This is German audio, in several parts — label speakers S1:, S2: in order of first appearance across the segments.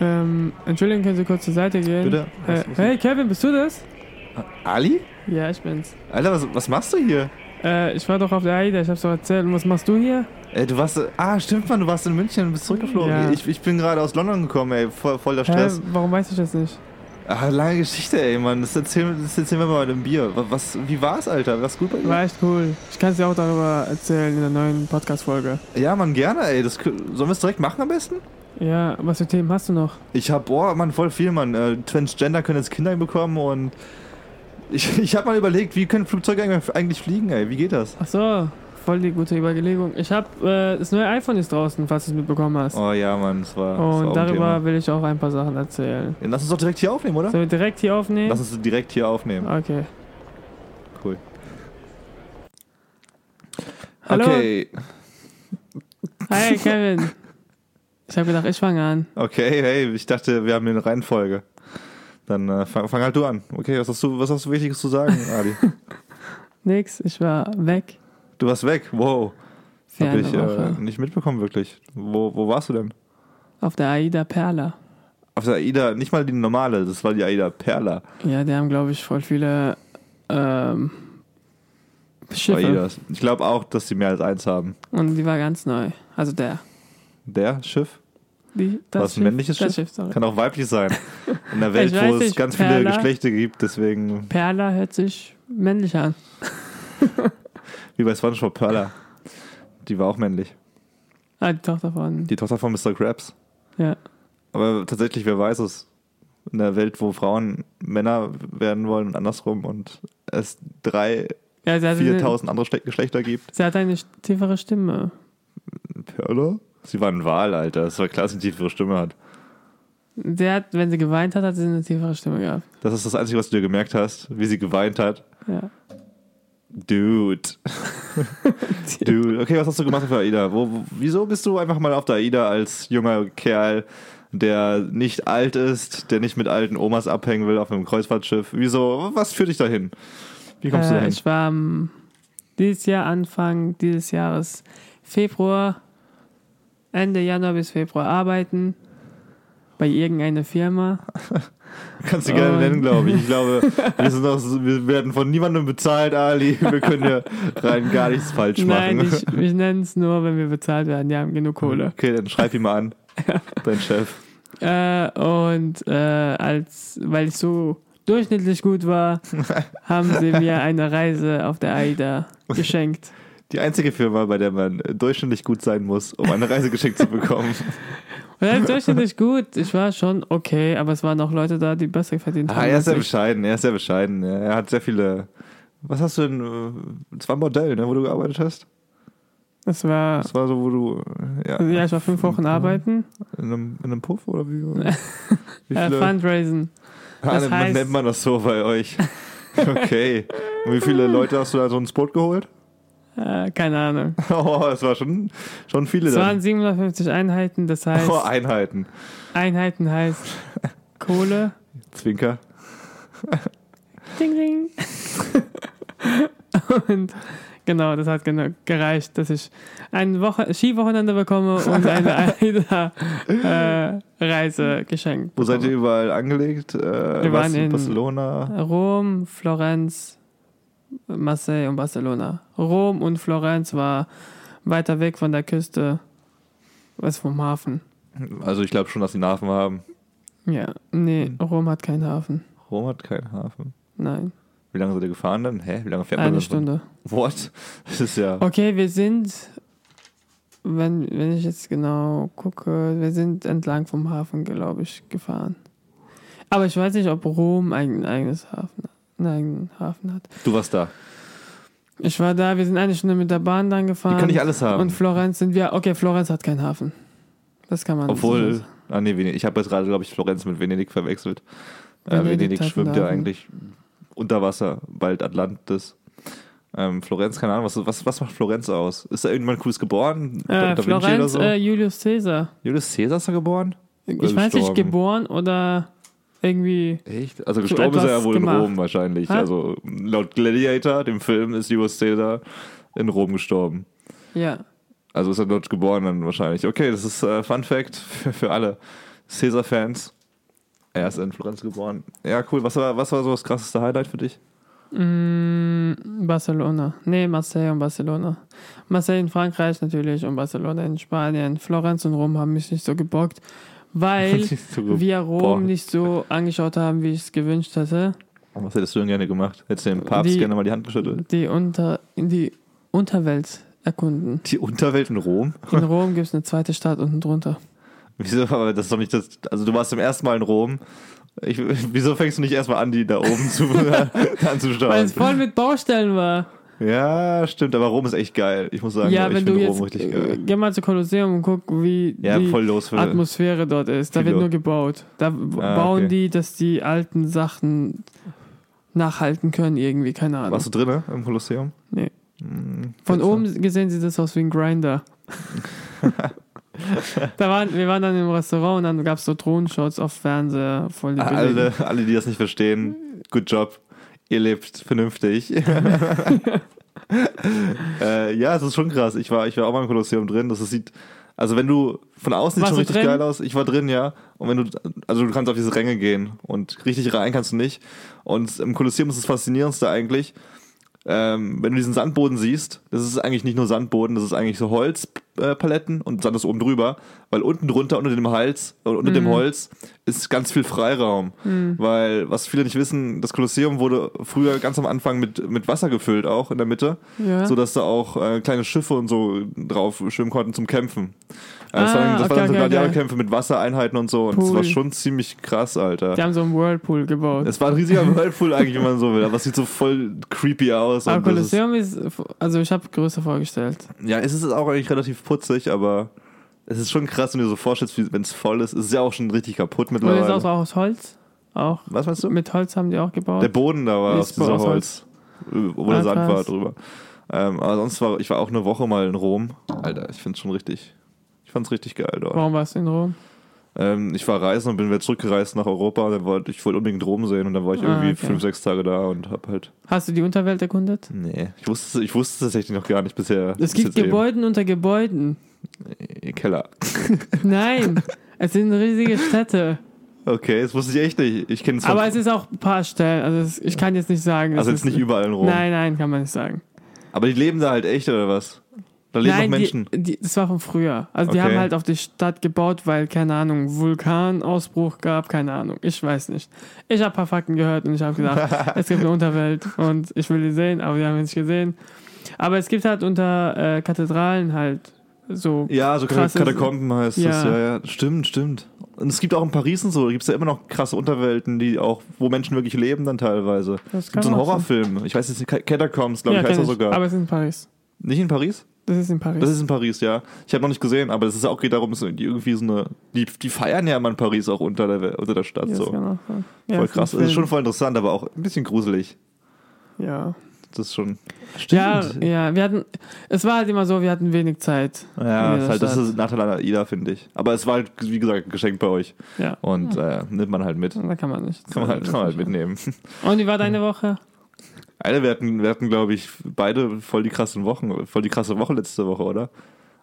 S1: Ähm, Entschuldigung, können Sie kurz zur Seite gehen?
S2: Bitte?
S1: Äh,
S2: Was- was-
S1: hey, Kevin, bist du das?
S2: Ali?
S1: Ja, ich bin's.
S2: Alter, was, was machst du hier?
S1: Äh, ich war doch auf der AIDA, ich hab's doch erzählt. Und was machst du hier?
S2: Ey, du warst. äh, Ah, stimmt, Mann, du warst in München und bist zurückgeflogen.
S1: Ja.
S2: Ich, ich bin gerade aus London gekommen, ey, voll, voll der
S1: Hä,
S2: Stress.
S1: warum weiß ich das nicht?
S2: Ah, lange Geschichte, ey, Mann. Das erzählen, das erzählen wir mal mit dem Bier. Wa- Was, wie war's, Alter? War's gut bei dir?
S1: War echt cool. Ich kann's dir auch darüber erzählen in der neuen Podcast-Folge.
S2: Ja, Mann, gerne, ey. Das, kö- sollen wir es direkt machen am besten?
S1: Ja, was für Themen hast du noch?
S2: Ich hab, boah, Mann, voll viel, Mann. Äh, Transgender können jetzt Kinder bekommen und. Ich, ich hab mal überlegt, wie können Flugzeuge eigentlich- eigentlich fliegen, ey? Wie geht das?
S1: Ach so, voll die gute Überlegung. Ich hab, äh, das neue iPhone ist draußen, falls du es mitbekommen hast.
S2: Oh ja, Mann, das war. das war
S1: Und
S2: auch ein Thema.
S1: darüber will ich auch ein paar Sachen erzählen.
S2: Ja, Lass uns doch direkt hier aufnehmen, oder?
S1: Sollen wir direkt hier aufnehmen?
S2: Lass uns direkt hier aufnehmen.
S1: okay.
S2: Cool.
S1: Hallo.
S2: Okay,
S1: Hi, Kevin. Ich habe gedacht, ich fange an.
S2: okay, hey, ich dachte, wir haben eine Reihenfolge. Dann äh, fang, fang halt du an. Okay, was hast du, was hast du Wichtiges zu sagen, Ali?
S1: Nix, ich war weg.
S2: Du warst weg, wow.
S1: Für
S2: Hab
S1: eine
S2: ich äh,
S1: Woche.
S2: nicht mitbekommen, wirklich. Wo, wo warst du denn?
S1: Auf der AIDA Perla.
S2: Auf der AIDA, nicht mal die normale, das war die AIDA Perla.
S1: Ja, die haben, glaube ich, voll viele ähm, Schiffe.
S2: AIDAs. Ich glaube auch, dass die mehr als eins haben.
S1: Und die war ganz neu. Also der.
S2: Der Schiff
S1: Die, das
S2: War es ein männliches
S1: das
S2: Schiff?
S1: Schiff sorry.
S2: kann auch weiblich sein. In der Welt,
S1: Ich weiß
S2: wo es
S1: nicht,
S2: ganz viele
S1: Perla.
S2: Geschlechter gibt, deswegen,
S1: Perla hört sich männlich an.
S2: wie bei SpongeBob Perla. Die war auch männlich.
S1: Ah, die Tochter von.
S2: Die Tochter von Mr. Krabs.
S1: Ja.
S2: Aber tatsächlich, wer weiß es? In der Welt, wo Frauen Männer werden wollen und andersrum und es drei,
S1: ja sie, hat eine,
S2: 4000 andere Schle- Geschlechter gibt.
S1: sie hat eine tiefere Stimme.
S2: Perla? Sie war ein Wal, Alter. Es war klar, dass sie eine tiefere Stimme hat.
S1: Sie hat, wenn sie geweint hat, hat sie eine tiefere Stimme gehabt.
S2: Das ist das Einzige, was du dir gemerkt hast, wie sie geweint hat.
S1: Ja.
S2: Dude. Dude. Okay, was hast du gemacht auf der AIDA? Wo, wo, wieso bist du einfach mal auf der AIDA als junger Kerl, der nicht alt ist, der nicht mit alten Omas abhängen will auf einem Kreuzfahrtschiff? Wieso? Was führt dich dahin? Wie kommst du
S1: Äh,
S2: dahin?
S1: ich war am- dieses Jahr Anfang dieses Jahres Februar, Ende Januar bis Februar arbeiten bei irgendeiner Firma.
S2: Kannst du gerne
S1: Und-
S2: nennen, glaube ich. Ich glaube, wir, sind noch, so- wir werden von niemandem bezahlt, Ali. Wir können ja rein gar nichts falsch
S1: Nein,
S2: machen.
S1: ich, ich nenne es nur, wenn wir bezahlt werden. Die haben genug Kohle.
S2: Okay, dann schreib ihn mal an. Dein Chef.
S1: Äh, und äh, als, weil ich so durchschnittlich gut war, haben sie mir eine Reise auf der AIDA geschenkt.
S2: Die einzige Firma, bei der man durchschnittlich gut sein muss, um eine Reise geschenkt zu bekommen.
S1: Und dann durchschnittlich gut. Ich war schon okay, aber es waren auch Leute da, die besser verdient haben.
S2: Ah, er ist
S1: als
S2: sehr
S1: ich.
S2: bescheiden, er ist sehr bescheiden. Er hat sehr viele. Was hast du denn? äh, Das war ein Bordell, ne, wo du gearbeitet hast?
S1: Das war
S2: Das war so, wo du. äh, Ja,
S1: Also ja, ich war fünf Wochen arbeiten.
S2: In einem, in einem Puff oder wie? Wie
S1: Äh, Fundraising. das
S2: nennt,
S1: heißt-
S2: nennt man das so bei euch? Okay. Und wie viele Leute hast du da so ins Boot geholt?
S1: Äh, keine Ahnung.
S2: Oh, es war schon, schon viele
S1: Es
S2: dann.
S1: waren 750 Einheiten, das heißt,
S2: Oh, Einheiten.
S1: Einheiten heißt Kohle.
S2: Zwinker.
S1: Ding, ding. Und genau, das hat gena- gereicht, dass ich ein Woche Skiwochenende bekomme und eine äh, AIDA-Reise geschenkt.
S2: Wo seid ihr
S1: bekomme.
S2: überall angelegt? Äh,
S1: Wir
S2: was,
S1: waren in-
S2: Barcelona.
S1: Rom, Florenz, Marseille und Barcelona. Rom und Florenz war weiter weg von der Küste, was vom Hafen.
S2: Also, ich glaube schon, dass sie einen Hafen haben.
S1: Ja, nee,
S2: Hm.
S1: Rom hat keinen Hafen.
S2: Rom hat keinen Hafen.
S1: Nein,
S2: Wie lange seid ihr gefahren dann? Hä? Wie lange fährt man
S1: eine
S2: denn von-
S1: Stunde.
S2: What? Das ist ja.
S1: Okay, wir sind, wenn, wenn ich jetzt genau gucke, wir sind entlang vom Hafen, glaube ich, gefahren. Aber ich weiß nicht, ob Rom ein eigenes Hafen, einen eigenen Hafen hat.
S2: Du warst da.
S1: Ich war da, wir sind eine Stunde mit der Bahn dann gefahren.
S2: Die kann ich alles haben.
S1: Und Florenz sind wir, okay, Florenz hat keinen Hafen. Das kann man
S2: Obwohl. Ah, nee, Venedig. Ich habe jetzt gerade, glaube ich, Florenz mit Venedig verwechselt. Venedig, äh,
S1: Venedig
S2: Venedig
S1: hat einen
S2: schwimmt ja
S1: Hafen.
S2: eigentlich unter Wasser, bald Atlantis. Ähm, Florenz, keine Ahnung, was, was, was macht Florenz aus? Ist da irgendwann Cruz geboren? Da
S1: Äh,
S2: Vinci
S1: Florenz,
S2: so?
S1: äh, Julius Caesar.
S2: Julius Caesar ist da geboren?
S1: Ich
S2: Oder
S1: weiß nicht,
S2: gestorben.
S1: geboren oder irgendwie
S2: Echt? Also gestorben ist er ja
S1: etwas
S2: wohl in
S1: gemacht.
S2: Rom wahrscheinlich.
S1: Hä?
S2: Also laut Gladiator, dem Film, ist Julius Caesar in Rom gestorben.
S1: Ja,
S2: Also ist er dort geboren dann wahrscheinlich. Okay, das ist äh, Fun Fact für, für alle. Caesar-Fans. Er ist in Florenz geboren. Ja, cool. Was war, was war so das krasseste Highlight für dich?
S1: Mm, Barcelona. Nee, Marseille und Barcelona. Marseille in Frankreich natürlich und Barcelona in Spanien. Florenz und Rom haben mich nicht so gebockt, weil
S2: Nicht so
S1: wir Rom
S2: gebockt.
S1: nicht so angeschaut haben, wie ich es gewünscht hätte.
S2: Was hättest du denn gerne gemacht? Hättest du dem Papst
S1: Die-
S2: gerne mal die Hand geschüttelt?
S1: Die, Unter, die Unterwelt erkunden.
S2: Die Unterwelt in Rom?
S1: In Rom gibt es eine zweite Stadt unten drunter.
S2: Wieso? Aber das ist doch nicht das. Also, du warst zum ersten Mal in Rom. Ich, wieso fängst du nicht erstmal an, die da oben zu,
S1: Weil es
S2: anzuschauen?
S1: voll mit Baustellen war.
S2: Ja, stimmt, aber Rom ist echt geil. Ich muss sagen,
S1: ja,
S2: ich
S1: wenn du
S2: finde Rom
S1: jetzt
S2: richtig
S1: äh,
S2: geil.
S1: geh mal zu Kolosseum und guck, wie
S2: Ja,
S1: die
S2: voll los für
S1: Atmosphäre dort ist. Da wird
S2: Kilo.
S1: nur gebaut. Da b-
S2: Ah,
S1: bauen
S2: okay.
S1: die, dass die alten Sachen nachhalten können irgendwie, keine Ahnung.
S2: Warst du drin im Kolosseum?
S1: Nee.
S2: Hm,
S1: Von
S2: kennst du?
S1: oben gesehen sieht das aus wie ein Grinder. da waren, wir waren dann im Restaurant und dann gab es so Drohnenshots auf Fernseher, voll die Bilder.
S2: Alle, alle, die das nicht verstehen, good job. Ihr lebt vernünftig. äh, ja, es ist schon krass. Ich war, ich war auch mal im Kolosseum drin. Das, das sieht, also wenn du von außen sieht
S1: Warst
S2: schon
S1: du
S2: richtig
S1: drin?
S2: geil aus. Ich war drin, ja. Und wenn du, also du kannst auf diese Ränge gehen und richtig rein kannst du nicht. Und im Kolosseum ist das Faszinierendste eigentlich. Ähm, wenn du diesen Sandboden siehst, das ist eigentlich nicht nur Sandboden, das ist eigentlich so Holzpaletten äh, Paletten und Sand ist oben drüber, weil unten drunter, unter dem Hals, äh, unter
S1: Mhm.
S2: dem Holz ist ganz viel Freiraum, weil was viele nicht wissen, das Kolosseum wurde früher ganz am Anfang mit, mit Wasser gefüllt auch in der Mitte,
S1: Ja.
S2: so dass da auch äh, kleine Schiffe und so drauf schwimmen konnten zum Kämpfen. Äh, das
S1: Ah,
S2: waren,
S1: okay,
S2: das waren so
S1: okay, okay.
S2: Gladiatorkämpfe mit Wassereinheiten und so und es war
S1: Cool.
S2: schon ziemlich krass, Alter.
S1: Die haben so einen Whirlpool gebaut.
S2: Es war ein riesiger Whirlpool eigentlich, wenn man so will, aber es sieht so voll creepy aus.
S1: Aber
S2: und das ist-
S1: Kolosseum ist, also ich habe größer vorgestellt.
S2: Ja, es ist auch eigentlich relativ putzig, aber es ist schon krass, wenn du dir so vorstellst, wenn es voll ist. Es ist ja auch schon richtig kaputt
S1: Und ist
S2: mittlerweile.
S1: auch so aus Holz. Auch.
S2: Was meinst du?
S1: Mit Holz haben die auch gebaut.
S2: Der Boden da war
S1: Ist
S2: aus dieser
S1: aus
S2: Holz, äh,
S1: Holz.
S2: wo der
S1: Ah,
S2: Sand war
S1: krass.
S2: drüber. Ähm, aber sonst war ich war auch eine Woche mal in Rom. Alter, ich find's schon richtig. Ich fand's richtig geil dort.
S1: Warum warst du in Rom?
S2: Ähm, ich war reisen und bin wieder zurückgereist nach Europa. Und dann wollte ich wollte unbedingt Rom sehen und dann war ich
S1: Ah,
S2: irgendwie
S1: okay.
S2: fünf, sechs Tage da und hab halt.
S1: Hast du die Unterwelt erkundet?
S2: Nee, ich wusste ich wusste es tatsächlich noch gar nicht bisher.
S1: Es
S2: bis
S1: gibt
S2: jetzt eben.
S1: Gebäuden unter Gebäuden.
S2: Äh, Keller.
S1: Nein, es sind riesige Städte.
S2: Okay, das wusste ich echt nicht. Ich kenne es
S1: Aber es ist auch ein paar Stellen. Also es, ich kann jetzt nicht sagen. es
S2: also jetzt
S1: ist-
S2: nicht überall in Rom.
S1: Nein, nein, kann man nicht sagen.
S2: Aber die leben da halt echt oder was? Da leben
S1: nein,
S2: noch Menschen.
S1: Die, die, das war von früher. Also die
S2: Okay.
S1: haben halt auf die Stadt gebaut, weil, keine Ahnung, Vulkanausbruch gab, keine Ahnung. Ich weiß nicht. Ich habe ein paar Fakten gehört und ich habe gedacht, es gibt eine Unterwelt und ich will die sehen, aber die haben wir nicht gesehen. Aber es gibt halt unter äh, Kathedralen halt so
S2: Ja, so
S1: Krass,
S2: Krass, Katakomben heißt das.
S1: ja.
S2: Ja, ja, stimmt, stimmt. Und es gibt auch in Paris und so, da gibt es ja immer noch krasse Unterwelten, die auch, wo Menschen wirklich leben dann teilweise.
S1: Das
S2: Es gibt so
S1: kann
S2: einen
S1: auch
S2: Horrorfilm. Ich weiß jetzt nicht, Cat- Catacombs, glaube
S1: ja,
S2: ich, heißt
S1: kenn
S2: er
S1: ich.
S2: sogar.
S1: Aber es ist in Paris.
S2: nicht in Paris?
S1: Das ist in Paris.
S2: Das ist in Paris, ja. Ich habe noch nicht gesehen, aber es ist auch geht darum, es ist irgendwie so eine. Die, die feiern ja immer in Paris auch unter der, Wel- unter der Stadt.
S1: genau. Ja, das
S2: halt so.
S1: kann auch sein. Ja,
S2: voll
S1: das
S2: krass.
S1: ein
S2: Das ist schon
S1: Film.
S2: voll interessant, aber auch ein bisschen gruselig.
S1: Ja.
S2: Das ist schon. Stimmt.
S1: Ja, ja, wir hatten. Es war halt immer so, wir hatten wenig Zeit.
S2: Ja,
S1: in
S2: ist
S1: der
S2: halt, das
S1: Stadt.
S2: ist ein Nachteil an AIDA, finde ich. Aber es war halt, wie gesagt, ein Geschenk bei euch.
S1: Ja.
S2: Und äh, nimmt man halt mit. Kann
S1: Da kann man nicht.
S2: man halt, kann man halt mitnehmen.
S1: Und wie war deine Woche?
S2: Alter, wir hatten, wir hatten glaube ich, beide voll die krassen Wochen. Voll die krasse Woche letzte Woche, oder?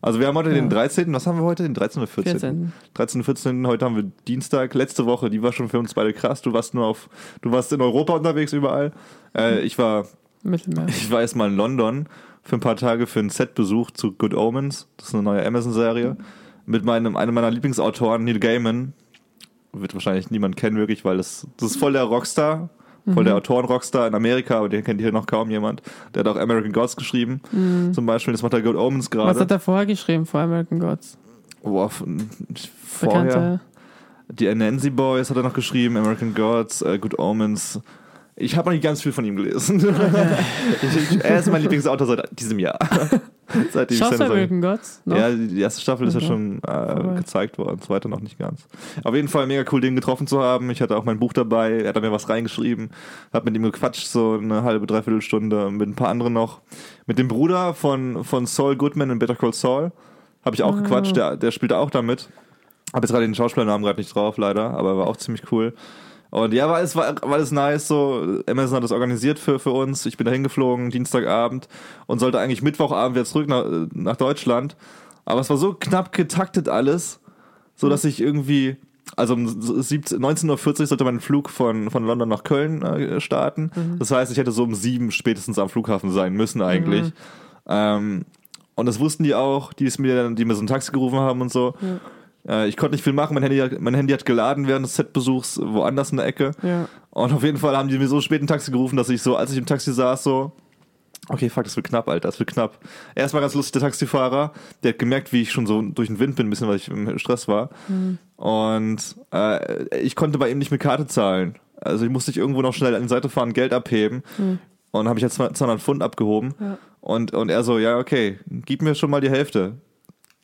S2: Also wir haben heute den 13. Was haben wir heute? Den 13. oder 14.
S1: 14.
S2: 13. und 14. Heute haben wir Dienstag. Letzte Woche, die war schon für uns beide krass. Du warst nur auf, du warst in Europa unterwegs überall. Äh, ich war
S1: Mittelmeer.
S2: Ich war erst mal in London für ein paar Tage für einen Setbesuch zu Good Omens. Das ist eine neue Amazon-Serie. Mit meinem, einem meiner Lieblingsautoren, Neil Gaiman. Wird wahrscheinlich niemand kennen, wirklich, weil das, das ist voll der Rockstar. Voll
S1: Mhm.
S2: der Autoren-Rockstar in Amerika, aber den kennt hier noch kaum jemand. Der hat auch American Gods geschrieben, zum Beispiel. Das macht er Good Omens
S1: Mhm. Was hat
S2: gerade.
S1: er vorher geschrieben vor American Gods?
S2: Boah, f- ich- vorher.
S1: Bekannte.
S2: Die Nancy Boys hat er noch geschrieben, American Gods, äh, Good Omens. Ich habe noch nicht ganz viel von ihm gelesen. ich, ich, er ist mein Lieblingsautor seit diesem Jahr. Seitdem
S1: Schaust du
S2: seine Sachen-
S1: American Gods? Noch?
S2: ja, die die erste Staffel ist ja
S1: Okay.
S2: schon äh,
S1: Vorbei.
S2: gezeigt worden, zweite noch nicht ganz. Auf jeden Fall mega cool, den getroffen zu haben. Ich hatte auch mein Buch dabei, er hat mir was reingeschrieben, hab mit ihm gequatscht, so eine halbe, dreiviertel Stunde, mit ein paar anderen noch. Mit dem Bruder von, von Saul Goodman in Better Call Saul habe ich
S1: Ah.
S2: auch gequatscht, der, der spielt auch damit. Habe jetzt gerade den Schauspielernamen gerade nicht drauf, leider, aber war auch ziemlich cool. Und ja, war es war, war alles nice, so Amazon hat das organisiert für, für uns. Ich bin da hingeflogen, Dienstagabend und sollte eigentlich Mittwochabend wieder zurück nach, nach Deutschland. Aber es war so knapp getaktet alles, so dass ich irgendwie also um 17 19.40 Uhr sollte mein Flug von, von London nach Köln äh, starten. Das heißt, ich hätte so um sieben spätestens am Flughafen sein müssen eigentlich. Ähm, und das wussten die auch, die es mir dann, die mir so ein Taxi gerufen haben und so. Äh, ich konnte nicht viel machen, mein Handy, hat- mein Handy hat geladen während des Setbesuchs woanders in der Ecke.
S1: Ja.
S2: Und auf jeden Fall haben die mir so spät ein Taxi gerufen, dass ich so, als ich im Taxi saß, so, okay, fuck, das wird knapp, Alter, das wird knapp. Erstmal ganz lustig, der Taxifahrer, der hat gemerkt, wie ich schon so durch den Wind bin, ein bisschen, weil ich im Stress war. Und äh, ich konnte bei ihm nicht mit Karte zahlen. Also ich musste ich irgendwo noch schnell an die Seite fahren, Geld abheben. Und habe ich jetzt 200 Pfund abgehoben. Und, und er so, ja, okay, gib mir schon mal die Hälfte.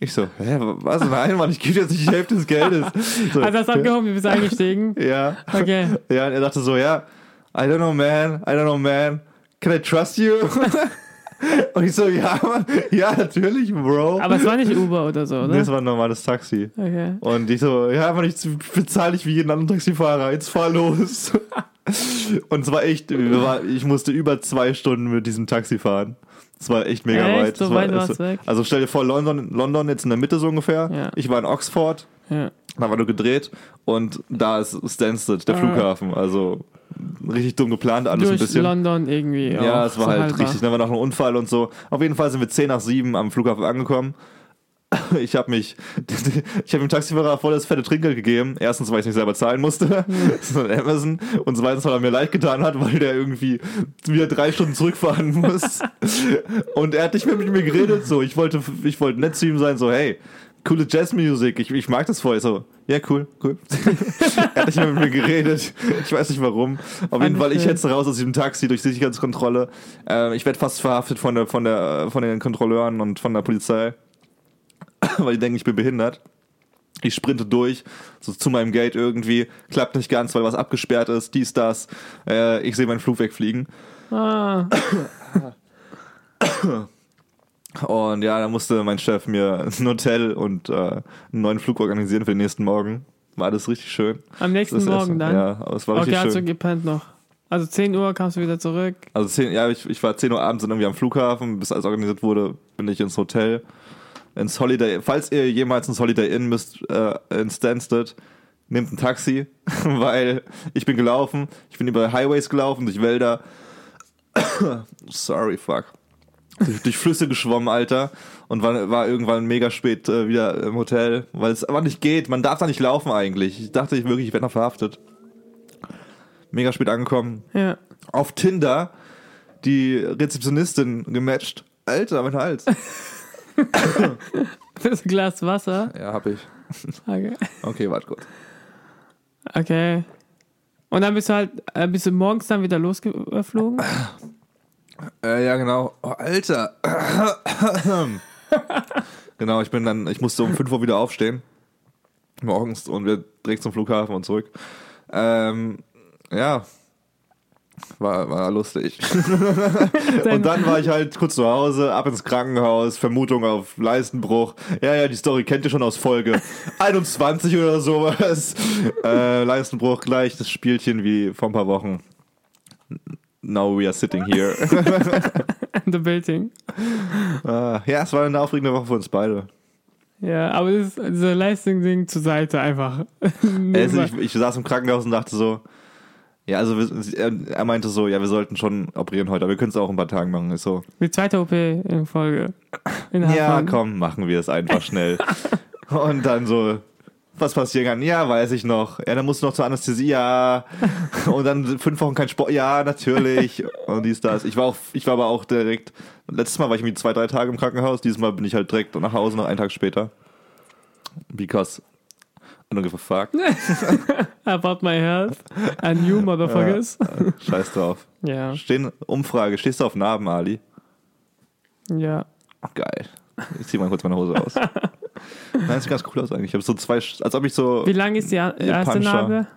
S2: Ich so, hä, was? Nein, Mann, ich gebe dir jetzt nicht die Hälfte des Geldes. So,
S1: Also hast du abgehoben, du bist eingestiegen.
S2: ja.
S1: Okay.
S2: Ja, und er dachte so, ja, I don't know, man, I don't know, man, can I trust you? und ich so, ja, Mann, ja, natürlich, Bro.
S1: Aber ne? es war nicht Uber oder so,
S2: Nee,
S1: oder?
S2: das war ein normales Taxi.
S1: Okay.
S2: Und ich so, ja, Mann, ich bezahle dich wie jeden anderen Taxifahrer, jetzt fahr los. und es war echt, wir war- ich musste über zwei Stunden mit diesem Taxi fahren. Es war echt mega
S1: Echt?
S2: weit.
S1: So
S2: Es war,
S1: weit war's
S2: es-
S1: weg?
S2: Also stell dir vor, London, London jetzt in der Mitte so ungefähr.
S1: Ja.
S2: Ich war in Oxford,
S1: Ja.
S2: da war nur gedreht und da ist Stansted, der
S1: Ah.
S2: Flughafen. Also richtig dumm geplant, alles ein
S1: Durch
S2: bisschen.
S1: London irgendwie.
S2: ja,
S1: auch,
S2: es war
S1: so
S2: halt
S1: halber.
S2: richtig. Dann war noch ein Unfall und so. Auf jeden Fall sind wir 10 nach 7 am Flughafen angekommen. Ich habe mich, ich habe dem Taxifahrer voll das fette Trinkgeld gegeben. Erstens, weil ich nicht selber zahlen musste, sondern Amazon. Und zweitens, weil er mir leid getan hat, weil der irgendwie wieder drei Stunden zurückfahren muss. Und er hat nicht mehr mit mir geredet. So, ich wollte, ich wollte nett zu ihm sein. So, hey, coole Jazzmusik. Ich, ich mag das voll. Ich So, ja, cool, cool. er hat nicht mehr mit mir geredet. Ich weiß nicht warum. Auf jeden Fall, ich
S1: Angestellt.
S2: jetzt raus aus diesem Taxi durch Sicherheitskontrolle. Äh, ich werde fast verhaftet von der, von der, von den Kontrolleuren und von der Polizei, weil die denken, ich bin behindert. Ich sprinte durch, so zu meinem Gate irgendwie, klappt nicht ganz, weil was abgesperrt ist, dies, das. Äh, ich sehe meinen Flug wegfliegen.
S1: Ah,
S2: Und ja, da musste mein Chef mir ein Hotel und äh, einen neuen Flug organisieren für den nächsten Morgen. War alles richtig schön.
S1: am nächsten
S2: Das erste-
S1: Morgen dann.
S2: Ja, aber es war
S1: okay,
S2: richtig
S1: hast du
S2: schön.
S1: gepennt noch. Also 10 Uhr kamst du wieder zurück.
S2: Also 10, ja, ich, ich war 10 Uhr abends dann irgendwie am Flughafen, bis alles organisiert wurde, bin ich ins Hotel. Ins Holiday, falls ihr jemals ins Holiday Inn müsst, äh, in Stansted, nehmt ein Taxi, weil ich bin gelaufen, ich bin über Highways gelaufen, durch Wälder. Sorry, fuck. Durch, durch Flüsse geschwommen, Alter. Und war, war irgendwann mega spät äh, wieder im Hotel, weil es einfach nicht geht. Man darf da nicht laufen eigentlich. Ich dachte ich wirklich, ich werde noch verhaftet. Mega spät angekommen,
S1: Ja.
S2: auf Tinder die Rezeptionistin gematcht. Alter, mein Hals.
S1: Das Glas Wasser.
S2: Ja, hab ich.
S1: Okay.
S2: Okay, warte kurz.
S1: okay. Und dann bist du halt, äh, bist du morgens dann wieder losgeflogen?
S2: Äh, ja, genau. Oh, Alter. genau, ich bin dann, ich musste um 5 Uhr wieder aufstehen. Morgens und wir direkt zum Flughafen und zurück. Ähm, ja. War, war lustig. und dann war ich halt kurz zu Hause, ab ins Krankenhaus, Vermutung auf Leistenbruch. Ja, ja, die Story kennt ihr schon aus Folge 21 oder sowas. Äh, Leistenbruch, gleich das Spielchen wie vor ein paar Wochen. Now we are sitting here.
S1: In the building.
S2: Ah, ja, es war eine aufregende Woche für uns beide.
S1: Ja, aber das ist diese Leistung-Ding zur Seite einfach.
S2: Also ich, ich saß im Krankenhaus und dachte so, ja, also wir, er, er meinte so, ja, wir sollten schon operieren heute, aber wir können es auch in ein paar Tagen machen. Ich so,
S1: Die zweite OP in Folge. In
S2: ja,
S1: Hafen.
S2: komm, machen wir es einfach schnell. und dann so, was passieren kann? Ja, weiß ich noch. Ja, dann musst du noch zur Anästhesie, ja. Und dann fünf Wochen kein Sport, ja, natürlich. Und dies, das. Ich war, auch, ich war aber auch direkt, letztes Mal war ich irgendwie zwei, drei Tage im Krankenhaus, dieses Mal bin ich halt direkt nach Hause, noch einen Tag später. Because I don't give a fuck.
S1: About my health and you, motherfuckers.
S2: Scheiß drauf.
S1: Ja.
S2: Stehen, Umfrage, stehst du auf Narben, Ali?
S1: Ja.
S2: Ach, geil. Ich zieh mal kurz meine Hose aus. Nein, sieht ganz cool aus eigentlich. Ich habe so zwei, als ob ich so
S1: Wie lang ist die a- erste
S2: Puncher.
S1: Narbe?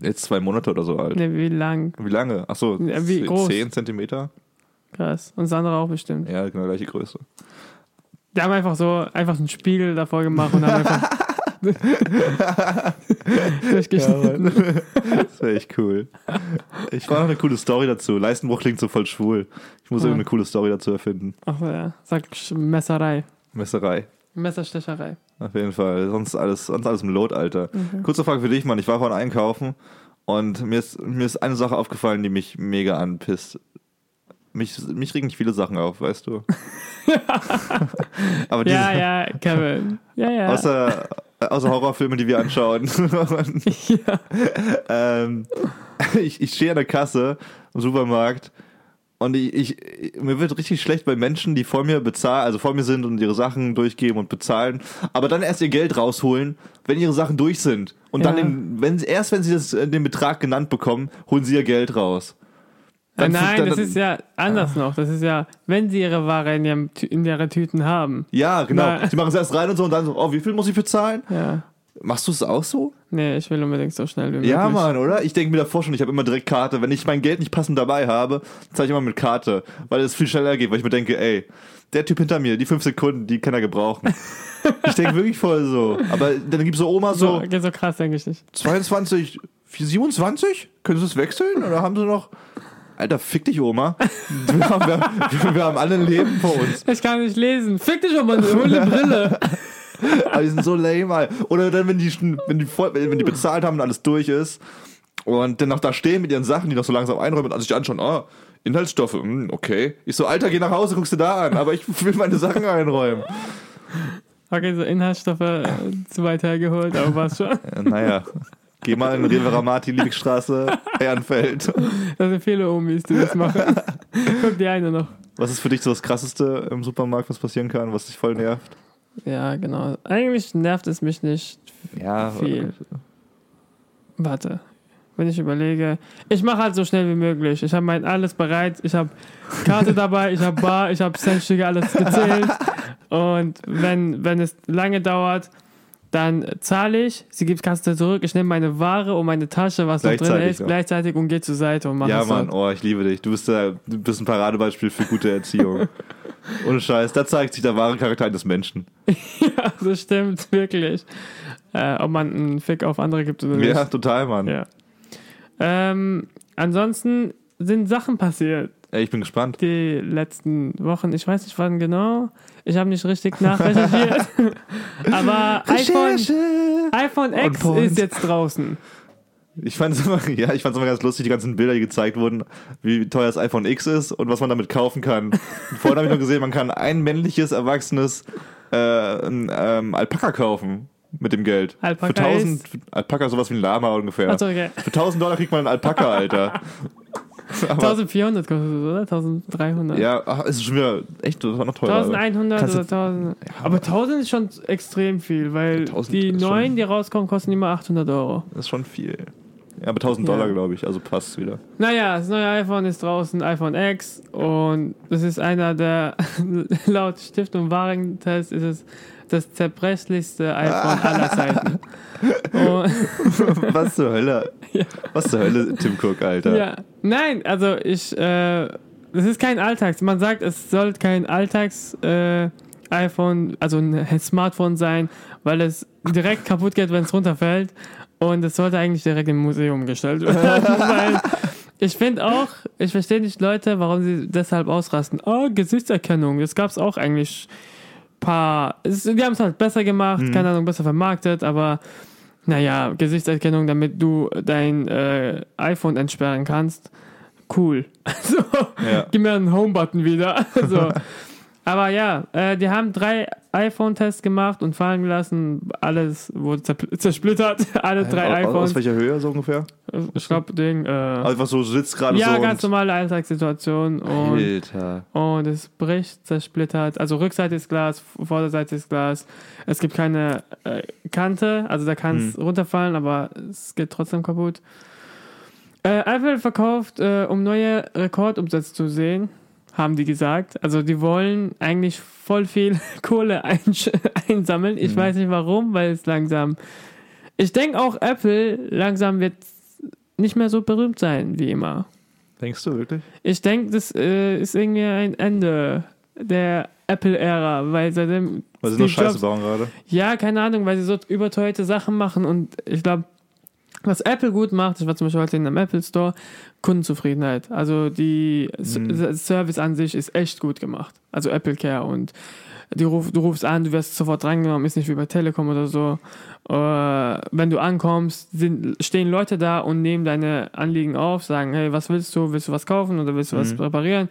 S2: jetzt zwei Monate oder so alt.
S1: Ne, wie lang?
S2: Wie lange? Ach so,
S1: Ja, wie
S2: zehn-
S1: groß?
S2: zehn Zentimeter.
S1: Krass. Und Sandra auch bestimmt.
S2: Ja, genau gleiche Größe.
S1: Die haben einfach so einfach einen Spiegel davor gemacht und haben einfach durchgeschnitten.
S2: Das wäre echt cool. Ich brauche noch eine coole Story dazu. Leistenbruch klingt so voll schwul. Ich muss
S1: Ja.
S2: irgendeine coole Story dazu erfinden.
S1: Ach ja, sag Sch- Messerei.
S2: Messerei.
S1: Messerstecherei.
S2: Auf jeden Fall. Sonst alles, sonst alles im Lot, Alter.
S1: Mhm.
S2: Kurze Frage für dich, Mann. Ich war vorhin einkaufen und mir ist, mir ist eine Sache aufgefallen, die mich mega anpisst. Mich, mich regen nicht viele Sachen auf, weißt du. Aber diese,
S1: Ja, ja, Kevin. Ja, ja.
S2: Außer, äh, außer Horrorfilme, die wir anschauen. Und, ähm, ich, ich stehe an der Kasse im Supermarkt und ich, ich, mir wird richtig schlecht bei Menschen, die vor mir bezahlen, also vor mir sind und ihre Sachen durchgeben und bezahlen, aber dann erst ihr Geld rausholen, wenn ihre Sachen durch sind. Und dann,
S1: Ja.
S2: den, wenn, sie- erst wenn sie das, äh, den Betrag genannt bekommen, holen sie ihr Geld raus. Dann-
S1: Äh, Nein,
S2: dann- Ah.
S1: das ist ja anders noch. Das ist ja, wenn sie ihre Ware in, ihrem, Tü- in ihrer Tüten haben.
S2: Ja, genau.
S1: Nein.
S2: Sie machen es erst rein und so und dann so, oh, wie viel muss ich bezahlen?
S1: Ja.
S2: Machst du es auch so?
S1: Nee, ich will unbedingt so schnell wie möglich.
S2: Ja, Mann, oder? Ich denke mir davor schon, ich habe immer direkt Karte. Wenn ich mein Geld nicht passend dabei habe, zahle ich immer mit Karte, weil es viel schneller geht, weil ich mir denke, ey, der Typ hinter mir, die fünf Sekunden, die kann er gebrauchen. ich denke wirklich voll so. Aber dann gibt's so Oma
S1: So,
S2: so,
S1: geht so krass, denke ich nicht.
S2: 22, 27? Können Sie es wechseln? Oder haben Sie noch... Alter, fick dich, Oma. Wir haben, wir, wir haben alle ein Leben vor uns.
S1: Ich kann nicht lesen. Fick dich um meine hol die Brille.
S2: Aber die sind so lame, Alter. Oder dann, wenn die, schon- wenn, die voll, wenn die bezahlt haben und alles durch ist und dann noch da stehen mit ihren Sachen, die noch so langsam einräumen und alles sich anschauen, ah, Inhaltsstoffe, hm, okay. Ich so, Alter, geh nach Hause, guckst du da an, aber ich will meine Sachen einräumen.
S1: Okay, so Inhaltsstoffe äh, zu weit hergeholt, aber war's schon.
S2: Ja, Äh, naja, geh mal in Rivera Marti, Liebigstraße, Ehrenfeld.
S1: Das sind viele Omis, die das machen. Guck die eine noch.
S2: Was ist für dich so das Krasseste im Supermarkt, was passieren kann, was dich voll nervt?
S1: Ja, genau. Eigentlich nervt es mich nicht.
S2: Ja,
S1: Viel. Warte. Wenn ich überlege, ich mache halt so schnell wie möglich. Ich habe mein alles bereit. Ich habe Karte dabei, ich habe Bar, ich habe Centstücke, alles gezählt. Und wenn, wenn es lange dauert, dann zahle ich. Sie gibt Kasse zurück. Ich nehme meine Ware und meine Tasche, was noch drin
S2: Gleichzeitig
S1: ist,
S2: noch.
S1: gleichzeitig und gehe zur Seite und mache
S2: Ja,
S1: es.
S2: Mann,
S1: halt.
S2: oh, ich liebe dich. Du bist, da, du bist ein Paradebeispiel für gute Erziehung. Ohne Scheiß, da zeigt sich der wahre Charakter eines Menschen.
S1: Das stimmt, wirklich. Äh, ob man einen Fick auf andere gibt oder nicht.
S2: Ja, total, Mann.
S1: Ja. Ähm, ansonsten sind Sachen passiert
S2: Ey, ich bin gespannt.
S1: die letzten Wochen. Ich weiß nicht wann genau. Ich habe nicht richtig nachrecherchiert. Aber iPhone, iPhone X
S2: On point.
S1: ist jetzt draußen.
S2: Ich fand es immer, ja, ich fand's immer ganz lustig, die ganzen Bilder, die gezeigt wurden, wie teuer das iPhone X ist und was man damit kaufen kann. Vorhin habe ich noch gesehen, man kann ein männliches, erwachsenes äh, ein, ähm, Alpaka kaufen mit dem Geld.
S1: Alpaka
S2: für 1000, Alpaka ist sowas wie ein Lama ungefähr.
S1: Also okay.
S2: Für 1000 Dollar kriegt man einen Alpaka, Alter. Aber,
S1: 1400 kostet es, oder? 1300.
S2: ja, ach, ist schon wieder echt, das war noch teurer.
S1: 1100
S2: Kannst
S1: oder
S2: du-
S1: 1000. Aber 1000 ist schon extrem viel, weil
S2: 1000
S1: die
S2: ist schon-
S1: neuen, die rauskommen, kosten immer 800 Euro.
S2: Das ist schon viel. Ja, aber 1000 Dollar,
S1: Ja.
S2: glaube ich, also passt wieder.
S1: Naja, das neue iPhone ist draußen, iPhone X, und das ist einer der, laut Stiftung Warentest, ist es das zerbrechlichste iPhone aller Zeiten. Und,
S2: Was zur Hölle? Was zur Hölle, Tim Cook, Alter?
S1: ja. Nein, also ich, äh, das ist kein Alltags, man sagt, es soll kein Alltags, äh, iPhone, also ein Smartphone sein, weil es direkt kaputt geht, wenn es runterfällt. Und es sollte eigentlich direkt im Museum gestellt werden. weil ich finde auch, ich verstehe nicht Leute, warum sie deshalb ausrasten. Oh, Gesichtserkennung, das gab es auch eigentlich paar. Es, die haben es halt besser gemacht,
S2: Mhm.
S1: keine Ahnung, besser vermarktet, aber naja, Gesichtserkennung, damit du dein äh, iPhone entsperren kannst. Cool. Also,
S2: Ja.
S1: gib mir einen Home-Button wieder. Also, aber ja, äh, die haben drei iPhone-Tests gemacht und fallen gelassen. Alles wurde zerpl- zersplittert. Alle drei
S2: Au- au- Aus
S1: iPhones.
S2: welcher Höhe so ungefähr?
S1: Ich glaube, Ding. Äh,
S2: Also was so sitzt gerade
S1: ja,
S2: so.
S1: ganz
S2: und
S1: normale Alltagssituation. Und,
S2: Alter.
S1: und es Oh, bricht, zersplittert. Also Rückseite ist Glas, Vorderseite ist Glas. Es gibt keine äh, Kante, also da kann es runterfallen, aber es geht trotzdem kaputt. Äh, Apple verkauft, äh, um neue Rekordumsätze zu sehen, haben die gesagt. Also die wollen eigentlich voll viel Kohle einsch- einsammeln. Ich weiß nicht warum, weil es langsam. Ich denke auch Apple langsam wird nicht mehr so berühmt sein wie immer.
S2: Denkst du wirklich?
S1: Ich denke, das äh, ist irgendwie ein Ende der Apple-Ära, weil seitdem.
S2: Weil sie
S1: Steve
S2: nur Scheiße
S1: Jobs-
S2: bauen gerade.
S1: Ja, keine Ahnung, weil sie so überteuerte Sachen machen und ich glaube, was Apple gut macht, ich war zum Beispiel heute in einem Apple Store, Kundenzufriedenheit. Also die S- S- Service an sich ist echt gut gemacht. Also Apple Care und die ruf, du rufst an, du wirst sofort drangenommen, ist nicht wie bei Telekom oder so. Äh, wenn du ankommst, sind, stehen Leute da und nehmen deine Anliegen auf, sagen, hey, was willst du? Willst du was kaufen oder willst du was reparieren?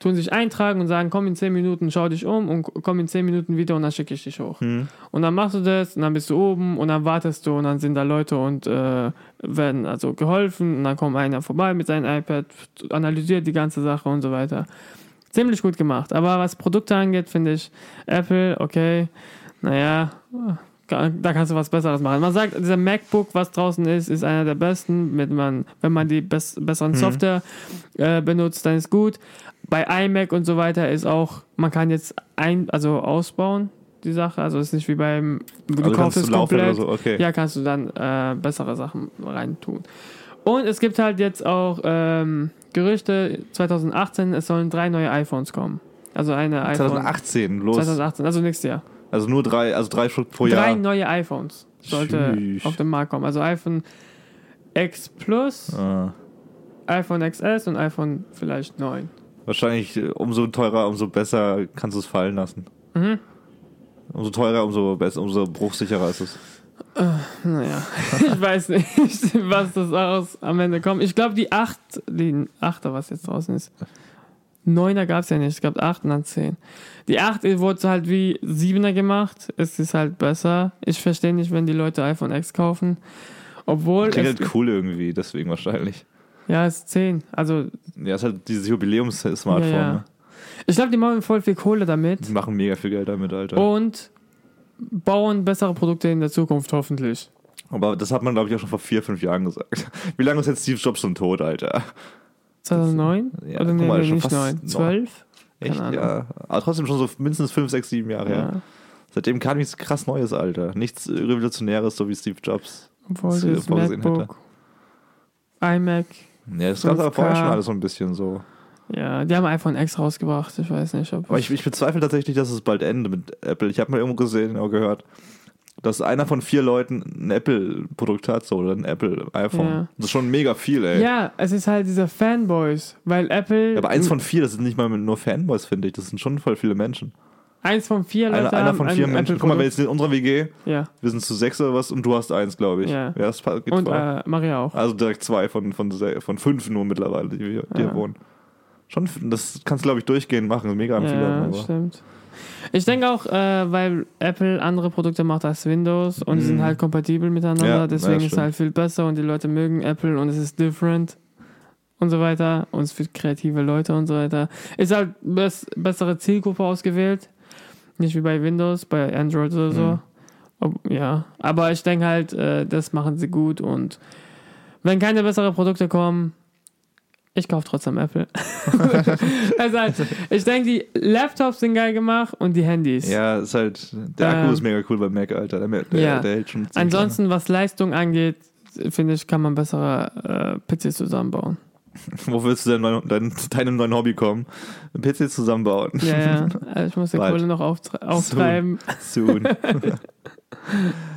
S1: Tun sich eintragen und sagen, komm in 10 Minuten, schau dich um und komm in 10 Minuten wieder und dann schicke ich dich hoch. Und dann machst du das und dann bist du oben und dann wartest du und dann sind da Leute und äh, werden also geholfen und dann kommt einer vorbei mit seinem iPad, analysiert die ganze Sache und so weiter ziemlich gut gemacht. Aber was Produkte angeht, finde ich Apple, okay, naja, da kannst du was Besseres machen. Man sagt, dieser MacBook, was draußen ist, ist einer der besten. Mit man, wenn man die bess
S2: Mhm.
S1: besseren Software äh, benutzt, dann ist gut. Bei iMac und so weiter ist auch, man kann jetzt ein, also ausbauen, die Sache. Also ist nicht wie beim, du
S2: Also
S1: kaufst
S2: kannst
S1: es
S2: du laufen
S1: komplett.
S2: oder so, okay.
S1: Ja, kannst du dann äh, bessere Sachen reintun. Und es gibt halt jetzt auch ähm, Gerüchte, 2018, es sollen drei neue iPhones kommen. Also eine iPhone.
S2: 2018, los.
S1: 2018, also nächstes Jahr.
S2: Also nur drei, also drei Stück pro
S1: Drei
S2: Jahr.
S1: neue iPhones sollte
S2: Tschüss.
S1: auf den Markt kommen. Also iPhone X Plus,
S2: Ah.
S1: iPhone XS und iPhone vielleicht 9.
S2: Wahrscheinlich äh, umso teurer, umso besser kannst du es fallen lassen.
S1: Mhm.
S2: Umso teurer, umso besser, umso bruchsicherer ist es.
S1: Naja, ich weiß nicht, was das aus am Ende kommt. Ich glaube, die 8, die 8er, was jetzt draußen ist. 9er gab es ja nicht, es gab 8 und dann 10. Die 8 wurde halt wie 7er gemacht, es ist halt besser. Ich verstehe nicht, wenn die Leute iPhone X kaufen. Obwohl, es,
S2: Klingt halt cool irgendwie, deswegen wahrscheinlich.
S1: ja, es ist 10. Also,
S2: Ja, es ist halt dieses Jubiläums-Smartphone.
S1: Ja, ja.
S2: Ne?
S1: ich glaube, die machen voll viel Kohle damit.
S2: Die machen mega viel Geld damit, Alter.
S1: und bauen bessere Produkte in der Zukunft, hoffentlich.
S2: Aber das hat man, glaube ich, auch schon vor vier, fünf Jahren gesagt. Wie lange ist jetzt Steve Jobs schon tot, Alter?
S1: 2009?
S2: Ja,
S1: Oder
S2: guck
S1: nee,
S2: mal,
S1: nee,
S2: schon
S1: nicht
S2: fast
S1: 9,
S2: noch.
S1: 12? Keine
S2: Echt?
S1: Ahnung.
S2: Ja. Aber trotzdem schon so mindestens fünf, sechs, sieben Jahre her. Seitdem kam nichts krass Neues, Alter. Nichts Revolutionäres, so wie Steve Jobs.
S1: Obwohl
S2: Das
S1: das
S2: hätte ich vorgesehen
S1: MacBook, iMac,
S2: Ja, das gab es aber
S1: 5K.
S2: vorher schon alles so ein bisschen so.
S1: ja, die haben iPhone X rausgebracht, ich weiß nicht, ob...
S2: Aber ich, ich bezweifle tatsächlich, dass es bald endet mit Apple. Ich habe mal irgendwo gesehen oder gehört, dass einer von vier Leuten ein Apple-Produkt hat, so, oder ein Apple-iPhone.
S1: Ja.
S2: Das ist schon mega viel, ey.
S1: ja, es ist halt dieser Fanboys, weil Apple...
S2: äh, Aber eins von vier, das sind nicht mal nur Fanboys, finde ich. Das sind schon voll viele Menschen.
S1: eins von vier Leute
S2: Einer, einer
S1: haben
S2: von
S1: ein
S2: vier Menschen. Guck mal, wenn
S1: Apple-Produkt.
S2: jetzt in unserer WG,
S1: Ja,
S2: wir sind zu sechs oder was, und du hast eins, glaube ich.
S1: Ja.
S2: das pa- geht
S1: und
S2: voll.
S1: äh, Maria auch.
S2: Also direkt zwei von, von, se- von fünf nur mittlerweile, die, wir- die hier
S1: Ja.
S2: wohnen. Schon, f- das kannst du, glaube ich, durchgehend machen. Mega am viele.
S1: Ja,
S2: aber-
S1: stimmt. Ich denke auch, äh, weil Apple andere Produkte macht als Windows und die sind
S2: Mhm.
S1: halt kompatibel miteinander,
S2: Ja, ja,
S1: deswegen ist es
S2: stimmt.
S1: halt viel besser und die Leute mögen Apple und es ist different und so weiter und es für kreative Leute und so weiter. Ist halt bess bessere Zielgruppe ausgewählt, nicht wie bei Windows, bei Android oder so.
S2: Mhm.
S1: Ob, ja, aber ich denke halt, äh, das machen sie gut und wenn keine besseren Produkte kommen, ich kaufe trotzdem Apple. also halt, ich denke, die Laptops sind geil gemacht und die Handys.
S2: Ja, ist halt. Der Akku
S1: Ähm,
S2: ist mega cool bei Mac, Alter. Der, der,
S1: ja.
S2: der hält schon. ziemlich
S1: Ansonsten, was Leistung angeht, finde ich, kann man bessere äh, PCs zusammenbauen.
S2: Lange. Wo willst du denn dein, dein, zu deinem neuen Hobby kommen? Ein PC zusammenbauen.
S1: Ja, ja. Also ich muss die
S2: Bald.
S1: Kohle noch auftre auftreiben.
S2: Soon. Du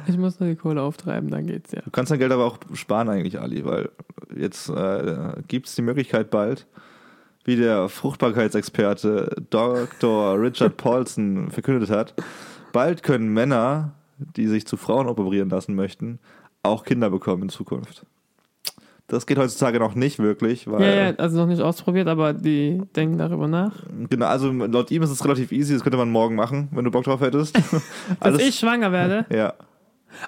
S1: Ich muss nur die Kohle auftreiben, dann geht's ja.
S2: kannst dein Geld aber auch sparen, eigentlich, Ali, weil jetzt äh, gibt es die Möglichkeit bald, wie der Fruchtbarkeitsexperte Dr. Richard Paulson verkündet hat, bald können Männer, die sich zu Frauen operieren lassen möchten, auch Kinder bekommen in Zukunft. Das geht heutzutage noch nicht wirklich, weil.
S1: Ja, ja, also noch nicht ausprobiert, aber die denken darüber nach.
S2: Genau, also laut ihm ist es relativ easy, das könnte man morgen machen, wenn du Bock drauf hättest.
S1: Dass ich schwanger werde.
S2: Ja,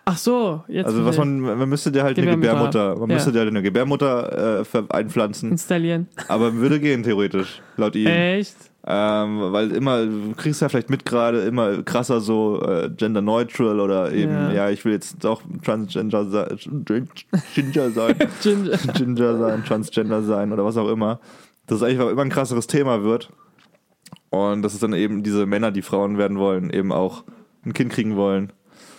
S1: Ach so, jetzt
S2: also was
S1: will ich
S2: man, man müsste dir halt eine
S1: Gebärmutter.
S2: Gebärmutter, man
S1: Ja.
S2: müsste dir halt eine Gebärmutter äh, ver- einpflanzen,
S1: installieren.
S2: aber würde gehen theoretisch, laut ihm.
S1: Echt?
S2: Ähm, weil immer, du kriegst ja vielleicht mit gerade, immer krasser so äh, gender neutral oder eben, ja.
S1: Ja.
S2: ich will jetzt doch transgender sein, ginger sein,
S1: Ginger.
S2: ginger sein, transgender sein oder was auch immer. Das ist eigentlich immer ein krasseres Thema wird. Und das ist dann eben diese Männer, die Frauen werden wollen, eben auch ein Kind kriegen wollen.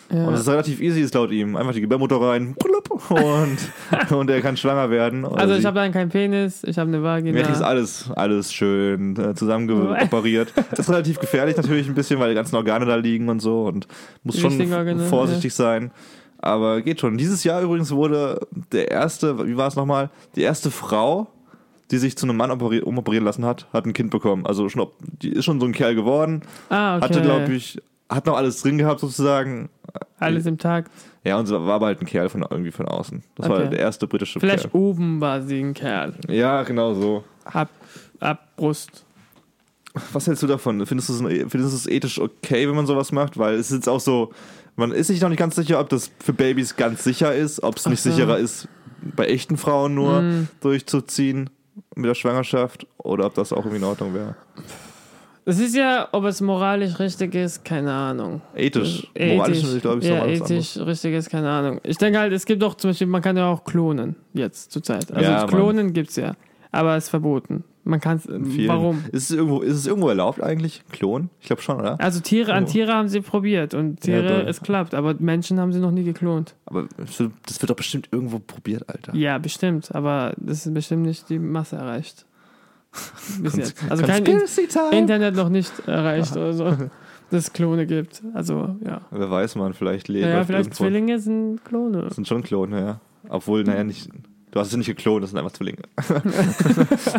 S2: Und
S1: Ja. Also,
S2: das ist relativ easy, ist laut ihm. Einfach die Gebärmutter rein plupp, und, und er kann schwanger werden. Oder
S1: Also
S2: sie.
S1: ich habe dann keinen Penis, ich habe eine Vagina.
S2: Wirklich ist alles, alles schön äh, zusammengeoperiert. Das ist relativ gefährlich natürlich ein bisschen, weil die ganzen Organe da liegen und so und muss
S1: Die
S2: schon
S1: wichtigen Organe,
S2: vorsichtig sein. Aber geht schon. Dieses Jahr übrigens wurde der erste, wie war es nochmal, die erste Frau, die sich zu einem Mann operiert, umoperieren lassen hat, hat ein Kind bekommen. Also schon, op- die ist schon so ein Kerl geworden.
S1: Ah, okay.
S2: Hatte, glaube ich, hat noch alles drin gehabt sozusagen.
S1: Alles im Takt.
S2: Ja, und so war aber halt ein Kerl von irgendwie von außen. Das war
S1: Okay.
S2: der erste britische
S1: Vielleicht
S2: Kerl.
S1: oben war sie ein Kerl.
S2: Ja, genau so.
S1: Ab, ab Brust.
S2: Was hältst du davon? Findest du es, findest du es ethisch okay, wenn man sowas macht? Weil es ist jetzt auch so, man ist sich noch nicht ganz sicher, ob das für Babys ganz sicher ist, ob es
S1: Ach
S2: nicht
S1: so.
S2: sicherer ist, bei echten Frauen nur
S1: Hm.
S2: durchzuziehen mit der Schwangerschaft oder ob das auch irgendwie in Ordnung wäre.
S1: Es ist ja, ob es moralisch richtig ist, keine Ahnung.
S2: Ethisch.
S1: Äh, Ethisch.
S2: Moralisch ist, glaube ich,
S1: ja,
S2: nochmal was anderes.
S1: ethisch richtig ist, keine Ahnung. Ich denke halt, es gibt doch zum Beispiel, man kann ja auch klonen jetzt zurzeit. Also
S2: Ja, Mann.
S1: klonen gibt es ja, aber es ist verboten. Man kann es,
S2: In vielen-
S1: warum?
S2: Ist es, irgendwo, ist es irgendwo erlaubt eigentlich? Klon? Ich glaube schon, oder?
S1: Also Tiere an
S2: Oh.
S1: Tiere haben sie probiert und
S2: Ja,
S1: Tiere,
S2: doll.
S1: es klappt, aber Menschen haben sie noch nie geklont.
S2: Aber es wird- das wird doch bestimmt irgendwo probiert, Alter.
S1: Ja, bestimmt, aber das ist bestimmt nicht die Masse erreicht. Bis jetzt. Also kein In
S2: Conspiracy Time.
S1: Internet noch nicht erreicht oder so, dass es Klone gibt. Also ja.
S2: Wer weiß man, vielleicht lebt
S1: Ja,
S2: läuft
S1: vielleicht
S2: irgendwo-
S1: Zwillinge sind Klone.
S2: Das sind schon Klone, ja. Obwohl, naja, nicht. Du hast es nicht geklont, das sind einfach Zwillinge.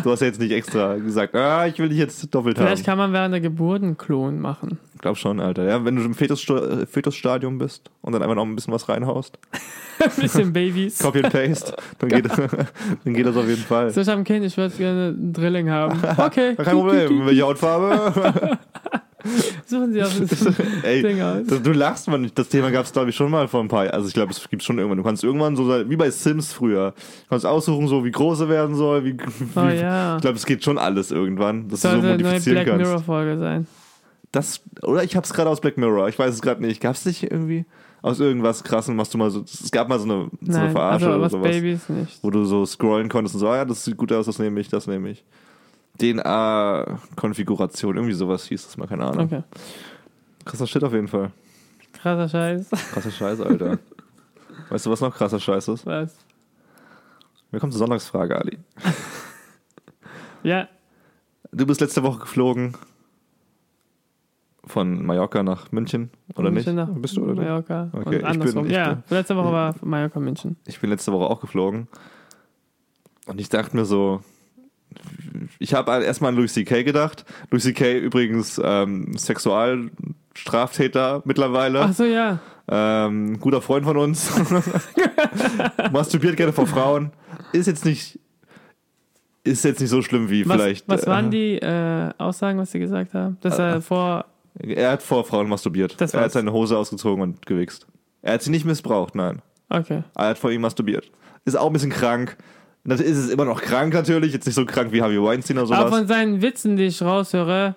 S2: du hast ja jetzt nicht extra gesagt, ah, ich will dich jetzt doppelt
S1: Vielleicht
S2: haben.
S1: kann man während der Geburt einen Klon machen.
S2: Ich glaube schon, Alter. Ja, wenn du im Fetus- äh, Fetusstadium bist und dann einfach noch ein bisschen was reinhaust,
S1: Ein bisschen Babys.
S2: Copy and Paste, dann geht, dann geht das auf jeden Fall.
S1: So, ich habe ein Kind, ich würde gerne einen Drilling haben. Okay,
S2: Kein Problem, welche Hautfarbe?
S1: suchen Sie auf das
S2: Ey,
S1: Ding aus.
S2: das, du lachst, man. Das Thema gab es, glaube ich, schon mal vor ein paar Also ich glaube, es gibt schon irgendwann. Du kannst irgendwann so, sein- wie bei Sims früher, du kannst aussuchen, so wie groß er werden soll, wie, wie
S1: Oh ja.
S2: Ich glaube, es geht schon alles irgendwann, dass du
S1: Sollte
S2: so
S1: eine neue
S2: modifizieren
S1: Black
S2: kannst.
S1: Mirror-Folge sein.
S2: Das, oder ich habe es gerade aus Black Mirror, ich weiß es gerade nicht. Gab es nicht irgendwie aus irgendwas Krassem, was du mal so. Es gab mal so eine, so eine
S1: Nein,
S2: Verarsche
S1: also
S2: oder
S1: was
S2: sowas,
S1: Babys nicht.
S2: wo du so scrollen konntest und so, ah ja, das sieht gut aus, das nehme ich, das nehme ich. DNA-Konfiguration, irgendwie sowas hieß das mal, keine Ahnung.
S1: Okay.
S2: Krasser Shit auf jeden Fall.
S1: Krasser Scheiß.
S2: Krasser Scheiß, Alter. weißt du, was noch krasser Scheiß ist?
S1: Was?
S2: Wir kommen zur Sonntagsfrage, Ali.
S1: Ja,
S2: Du bist letzte Woche geflogen von Mallorca nach München, oder
S1: München
S2: nicht?
S1: nach
S2: Bist du, oder? nicht?
S1: Mallorca.
S2: Okay, ich
S1: und
S2: bin-
S1: andersrum.
S2: ich
S1: ja, letzte Woche war Mallorca München.
S2: ich bin letzte Woche auch geflogen und ich dachte mir so, ich habe halt erstmal an Louis C.K. gedacht. Louis C.K. übrigens ähm, Sexualstraftäter mittlerweile.
S1: Achso, ja.
S2: Ähm, guter Freund von uns. Masturbiert gerne vor Frauen. Ist jetzt nicht, ist jetzt nicht so schlimm wie
S1: Was,
S2: vielleicht.
S1: was waren
S2: äh,
S1: die äh, Aussagen, was sie gesagt haben? Dass er vor.
S2: Er hat vor Frauen masturbiert.
S1: Das
S2: er hat
S1: war's.
S2: seine Hose ausgezogen und gewichst. Er hat sie nicht missbraucht, nein.
S1: Okay.
S2: Er hat vor ihm masturbiert. Ist auch ein bisschen krank. Das ist es immer noch krank natürlich, jetzt nicht so krank wie Harvey Weinstein oder
S1: Aber
S2: sowas.
S1: von seinen Witzen, die ich raushöre,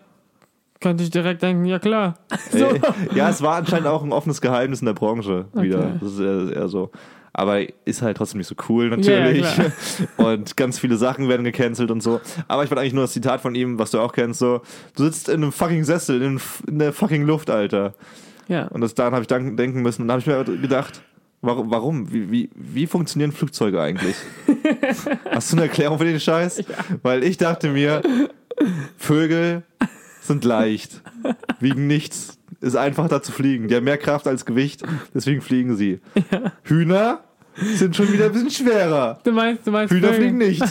S1: könnte ich direkt denken, ja klar.
S2: Ey, ja, es war anscheinend auch ein offenes Geheimnis in der Branche wieder.
S1: Okay.
S2: Das ist eher, eher so. Aber ist halt trotzdem nicht so cool natürlich.
S1: Ja, ja,
S2: und ganz viele Sachen werden gecancelt und so. Aber ich wollte eigentlich nur das Zitat von ihm, was du auch kennst, so, du sitzt in einem fucking Sessel, in, einem f- in der fucking Luft, Alter.
S1: Ja.
S2: Und das daran habe ich dank- denken müssen. Und da habe ich mir halt gedacht, warum, warum? Wie, wie, wie funktionieren Flugzeuge eigentlich? Hast du eine Erklärung für den Scheiß? Weil ich dachte mir, Vögel sind leicht, wiegen nichts, ist einfach da zu fliegen. Die haben mehr Kraft als Gewicht, deswegen fliegen sie. Hühner sind schon wieder ein bisschen schwerer.
S1: Du meinst, du meinst.
S2: Hühner
S1: Vögel.
S2: fliegen nicht.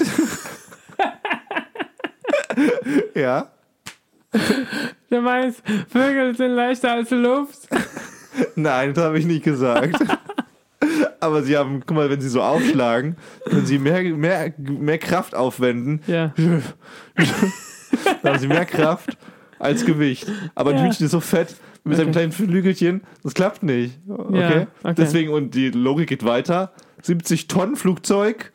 S2: ja.
S1: Du meinst, Vögel sind leichter als die Luft.
S2: Nein, das habe ich nicht gesagt. Aber sie haben, guck mal, wenn sie so aufschlagen, wenn sie mehr, mehr, mehr Kraft aufwenden,
S1: Ja.
S2: dann haben sie mehr Kraft als Gewicht. Aber ein
S1: Ja.
S2: Hühnchen ist so fett mit seinem
S1: Okay.
S2: kleinen Flügelchen, das klappt nicht. Okay?
S1: okay.
S2: Deswegen, und die Logik geht weiter: 70 Tonnen Flugzeug.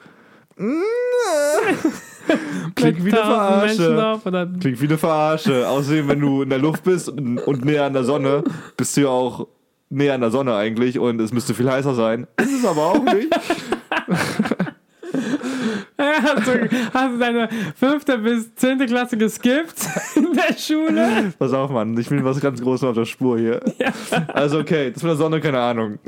S2: Mm, äh, Klingt
S1: Mit
S2: wie eine
S1: tausend Menschen
S2: Verarsche.
S1: drauf oder
S2: Klingt wie eine Verarsche. Außerdem, wenn du in der Luft bist und, und näher an der Sonne, bist du ja auch näher an der Sonne eigentlich und es müsste viel heißer sein. Ist es aber auch nicht.
S1: hast, du, hast du deine fünfte bis zehnte Klasse geskippt in der Schule?
S2: Pass auf, Mann, ich bin was ganz Großes auf der Spur hier. Also okay, das mit der Sonne, keine Ahnung.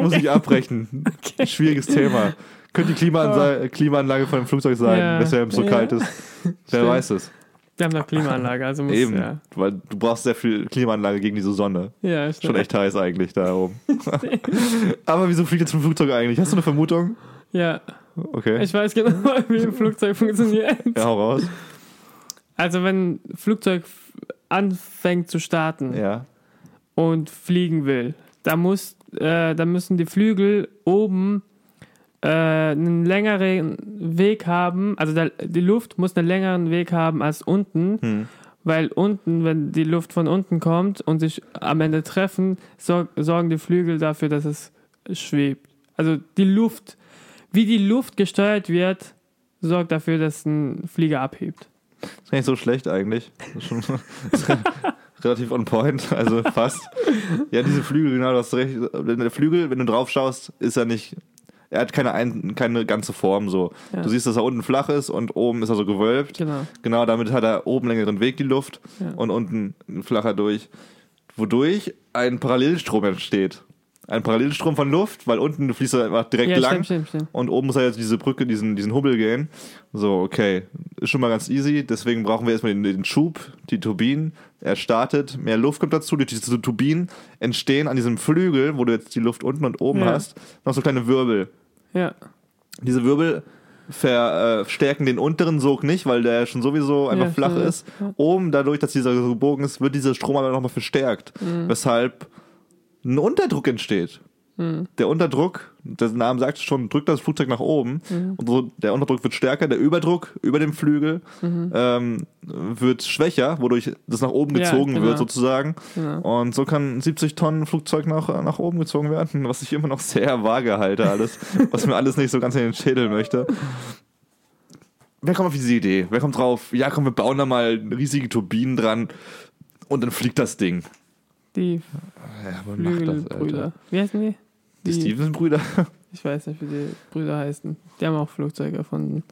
S2: Muss ich abbrechen. Schwieriges Thema. Könnte die Klimaansa- Klimaanlage von dem Flugzeug sein,
S1: Oh. Ja.
S2: weshalb es so
S1: Ja.
S2: kalt ist. Wer
S1: Stimmt.
S2: weiß es.
S1: Wir haben noch Klimaanlage, also muss
S2: Eben,
S1: ja.
S2: weil du brauchst sehr viel Klimaanlage gegen diese Sonne.
S1: Ja, stimmt.
S2: Schon echt heiß eigentlich da oben. Aber wieso fliegt jetzt ein Flugzeug eigentlich? Hast du eine Vermutung?
S1: Ja.
S2: Okay.
S1: Ich weiß genau, wie ein Flugzeug funktioniert.
S2: Ja, hau raus.
S1: Also wenn ein Flugzeug f- anfängt zu starten
S2: Ja.
S1: und fliegen will, da, muss, äh, da müssen die Flügel oben äh, einen längeren Weg haben, also der, die Luft muss einen längeren Weg haben als unten,
S2: Hm.
S1: weil unten, wenn die Luft von unten kommt und sich am Ende treffen, sor sorgen die Flügel dafür, dass es schwebt. Also die Luft, wie die Luft gesteuert wird, sorgt dafür, dass ein Flieger abhebt.
S2: Ist gar nicht so schlecht eigentlich. Das ist schon relativ on point, also fast. Ja, diese Flügel, genau, das recht. Der Flügel, wenn du drauf schaust, ist er nicht. Er hat keine, ein, keine ganze Form so.
S1: Ja.
S2: Du siehst, dass er unten flach ist und oben ist er so gewölbt.
S1: Genau.
S2: Genau, damit hat er oben längeren Weg die Luft
S1: Ja.
S2: und unten flacher durch. Wodurch ein Parallelstrom entsteht. Ein Parallelstrom von Luft, weil unten fließt er einfach direkt
S1: Ja,
S2: lang.
S1: stimmt, stimmt, stimmt.
S2: Und oben muss er jetzt diese Brücke, diesen, diesen Hubbel gehen. So, okay. Ist schon mal ganz easy. Deswegen brauchen wir erstmal den, den Schub, die Turbinen. Er startet, mehr Luft kommt dazu. Durch diese Turbinen entstehen an diesem Flügel, wo du jetzt die Luft unten und oben
S1: Ja.
S2: hast, noch so kleine Wirbel.
S1: Ja.
S2: Diese Wirbel verstärken den unteren Sog nicht, weil der schon sowieso einfach
S1: Ja,
S2: flach
S1: voll.
S2: ist. Oben, dadurch, dass dieser so gebogen ist, wird dieser Strom aber nochmal verstärkt.
S1: Mhm.
S2: Weshalb ein Unterdruck entsteht. Der Unterdruck, der Name sagt es schon, drückt das Flugzeug nach oben
S1: Mhm.
S2: und so, der Unterdruck wird stärker, der Überdruck über dem Flügel ähm, wird schwächer, wodurch das nach oben
S1: Mhm. Ja,
S2: gezogen
S1: genau.
S2: wird sozusagen.
S1: Genau.
S2: Und so kann ein 70 Tonnen Flugzeug nach, nach oben gezogen werden, was ich immer noch sehr vage halte alles, was mir alles nicht so ganz in den Schädel möchte. Wer kommt auf diese Idee? Wer kommt drauf? Ja, komm, wir bauen da mal riesige Turbinen dran und dann fliegt das Ding.
S1: Die
S2: Ja, man macht das,
S1: Flügelbrüder. Wie heißen die?
S2: Die Stevenson-Brüder.
S1: Ich weiß nicht, wie die Brüder heißen. Die haben auch Flugzeuge erfunden.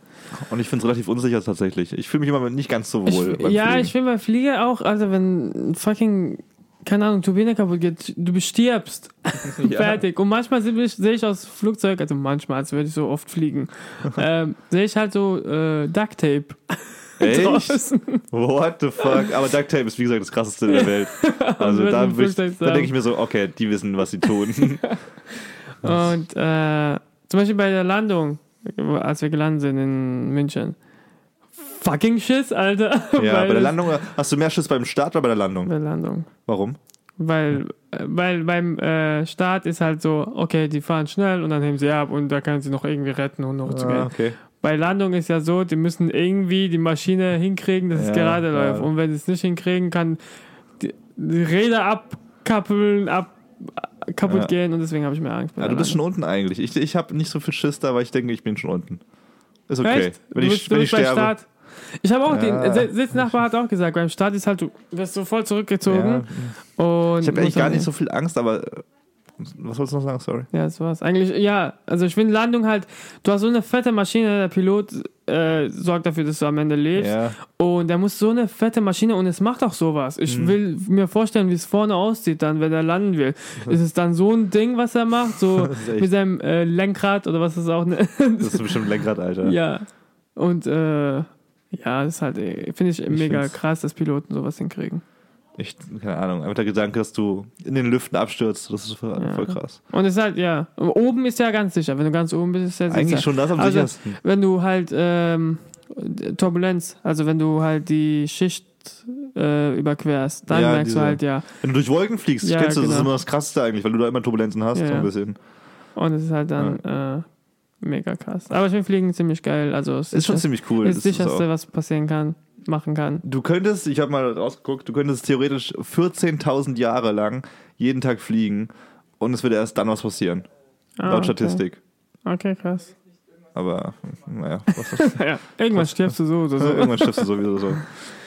S2: Und ich finde es relativ unsicher tatsächlich. Ich fühle mich immer nicht ganz so wohl.
S1: ich,
S2: beim
S1: ja,
S2: Fliegen.
S1: ich will bei Flieger auch, also wenn fucking, keine Ahnung, Turbine kaputt geht, du bestirbst.
S2: Ja.
S1: Fertig. Und manchmal sehe ich, sehe ich aus Flugzeug, also manchmal, als würde ich so oft fliegen, ähm, sehe ich halt so äh, Duct Tape
S2: Echt?
S1: draußen.
S2: What the fuck? Aber Duct Tape ist wie gesagt das krasseste in der Welt. Also
S1: wird
S2: da,
S1: ein
S2: bin ich-
S1: Flugzeug
S2: da
S1: sein.
S2: denke ich mir so, okay, die wissen, was sie tun.
S1: Und äh, zum Beispiel bei der Landung, als wir gelandet sind in München. Fucking Schiss, Alter.
S2: Ja,
S1: Weil
S2: bei der
S1: das-
S2: Landung hast du mehr Schiss beim Start oder bei der Landung?
S1: Bei der Landung.
S2: Warum?
S1: Weil, äh, weil beim äh, Start ist halt so, okay, die fahren schnell und dann heben sie ab und da können sie noch irgendwie retten und hochzugehen.
S2: Ah, okay.
S1: Bei Landung ist ja so, die müssen irgendwie die Maschine hinkriegen, dass es
S2: Ja,
S1: gerade
S2: ja.
S1: läuft. Und wenn sie es nicht hinkriegen, kann die, die Räder abkappeln, ab, äh, kaputt
S2: Ja.
S1: gehen und deswegen habe ich mehr Angst. Bei
S2: Ja,
S1: der
S2: Ah, du bist schon
S1: Landung.
S2: unten eigentlich. Ich, ich habe nicht so viel Schiss da, weil ich denke, ich bin schon unten. Ist okay.
S1: Echt?
S2: Wenn
S1: du
S2: ich,
S1: bist, du
S2: wenn ich
S1: bist beim
S2: sterbe.
S1: Start. Ich habe auch
S2: Ja.
S1: den den Sitznachbar hat auch gesagt, beim Start ist halt, du wirst so voll zurückgezogen. Und
S2: Ich habe eigentlich
S1: musst
S2: gar
S1: dann-
S2: nicht so viel Angst, aber äh, was wolltest du noch sagen? Sorry.
S1: Ja, das war's. Eigentlich, ja, also ich finde Landung halt, du hast so eine fette Maschine, der Pilot äh, sorgt dafür, dass du am Ende lebst.
S2: Ja.
S1: Und der muss so eine fette Maschine und es macht auch sowas. Ich
S2: Mhm.
S1: will mir vorstellen, wie es vorne aussieht, dann, wenn er landen will. Ist es dann so ein Ding, was er macht? So
S2: Das ist echt-
S1: mit seinem äh, Lenkrad oder was ist auch ne
S2: Das ist bestimmt Lenkrad, Alter.
S1: Ja. Und äh, ja, das ist halt, äh, finde ich, mega
S2: find's-
S1: krass, dass Piloten sowas hinkriegen.
S2: Ich, keine Ahnung. Einfach der Gedanke, dass du in den Lüften abstürzt, das ist voll,
S1: Ja.
S2: voll krass.
S1: Und es ist halt, ja, oben ist ja ganz sicher. Wenn du ganz oben bist, ist ja sicher.
S2: Eigentlich schon das am
S1: Also-
S2: sichersten.
S1: Wenn du halt ähm, Turbulenz, also wenn du halt die Schicht äh, überquerst, dann
S2: Ja,
S1: merkst
S2: diese-
S1: du halt ja.
S2: Wenn du durch Wolken fliegst,
S1: Ja,
S2: kennst du, das ist
S1: genau.
S2: immer das Krasseste eigentlich, weil du da immer Turbulenzen hast,
S1: Ja,
S2: so ein
S1: ja.
S2: bisschen.
S1: Und es ist halt dann äh, mega krass. Aber ich finde Fliegen ziemlich geil. Also es
S2: Ist schon
S1: das,
S2: ziemlich cool.
S1: ist
S2: Das
S1: das
S2: ist auch-
S1: Sicherste, was passieren kann, machen kann.
S2: Du könntest, ich habe mal rausgeguckt, du könntest theoretisch 14.000 Jahre lang jeden Tag fliegen und es würde erst dann was passieren.
S1: Ah,
S2: laut
S1: okay.
S2: Statistik.
S1: Okay, krass.
S2: Aber naja, was ist
S1: Ja, irgendwann stirbst du so oder so.
S2: Irgendwann stirbst du sowieso so.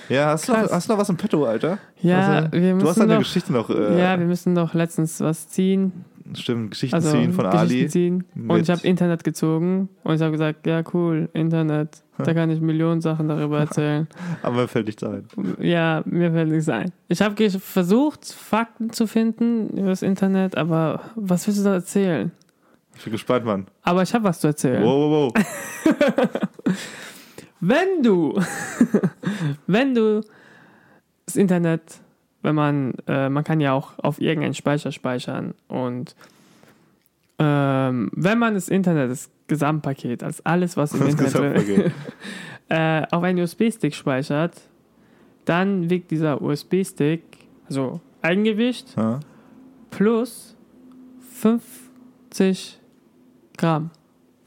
S2: Ja, hast du, noch,
S1: Krass.
S2: hast du noch was im Petto, Alter?
S1: Ja,
S2: Also,
S1: wir
S2: du hast
S1: müssen
S2: deine
S1: doch,
S2: Geschichte noch. Äh,
S1: ja, wir müssen doch letztens was ziehen.
S2: stimmt, Geschichten
S1: Also
S2: ziehen von
S1: Geschichten
S2: Ali.
S1: ziehen. Und
S2: mit-
S1: ich habe Internet gezogen und ich habe gesagt, ja cool, Internet. Da kann ich Millionen Sachen darüber erzählen.
S2: Aber mir fällt nichts ein.
S1: Ja, mir fällt nichts ein. Ich habe ge- versucht, Fakten zu finden über das Internet, aber was willst du da erzählen?
S2: Ich bin gespannt, Mann.
S1: Aber ich habe was zu erzählen.
S2: Wow, wow, wow.
S1: Wenn du, wenn du das Internet, wenn man, äh, man kann ja auch auf irgendeinen Speicher speichern und ähm, ähm, wenn man das Internet, das Gesamtpaket, also alles, was im
S2: Das
S1: Internet drin,
S2: Gesamtpaket.
S1: äh, auf einen USB-Stick speichert, dann wiegt dieser USB-Stick, also Eigengewicht,
S2: Ja.
S1: plus 50 Gramm.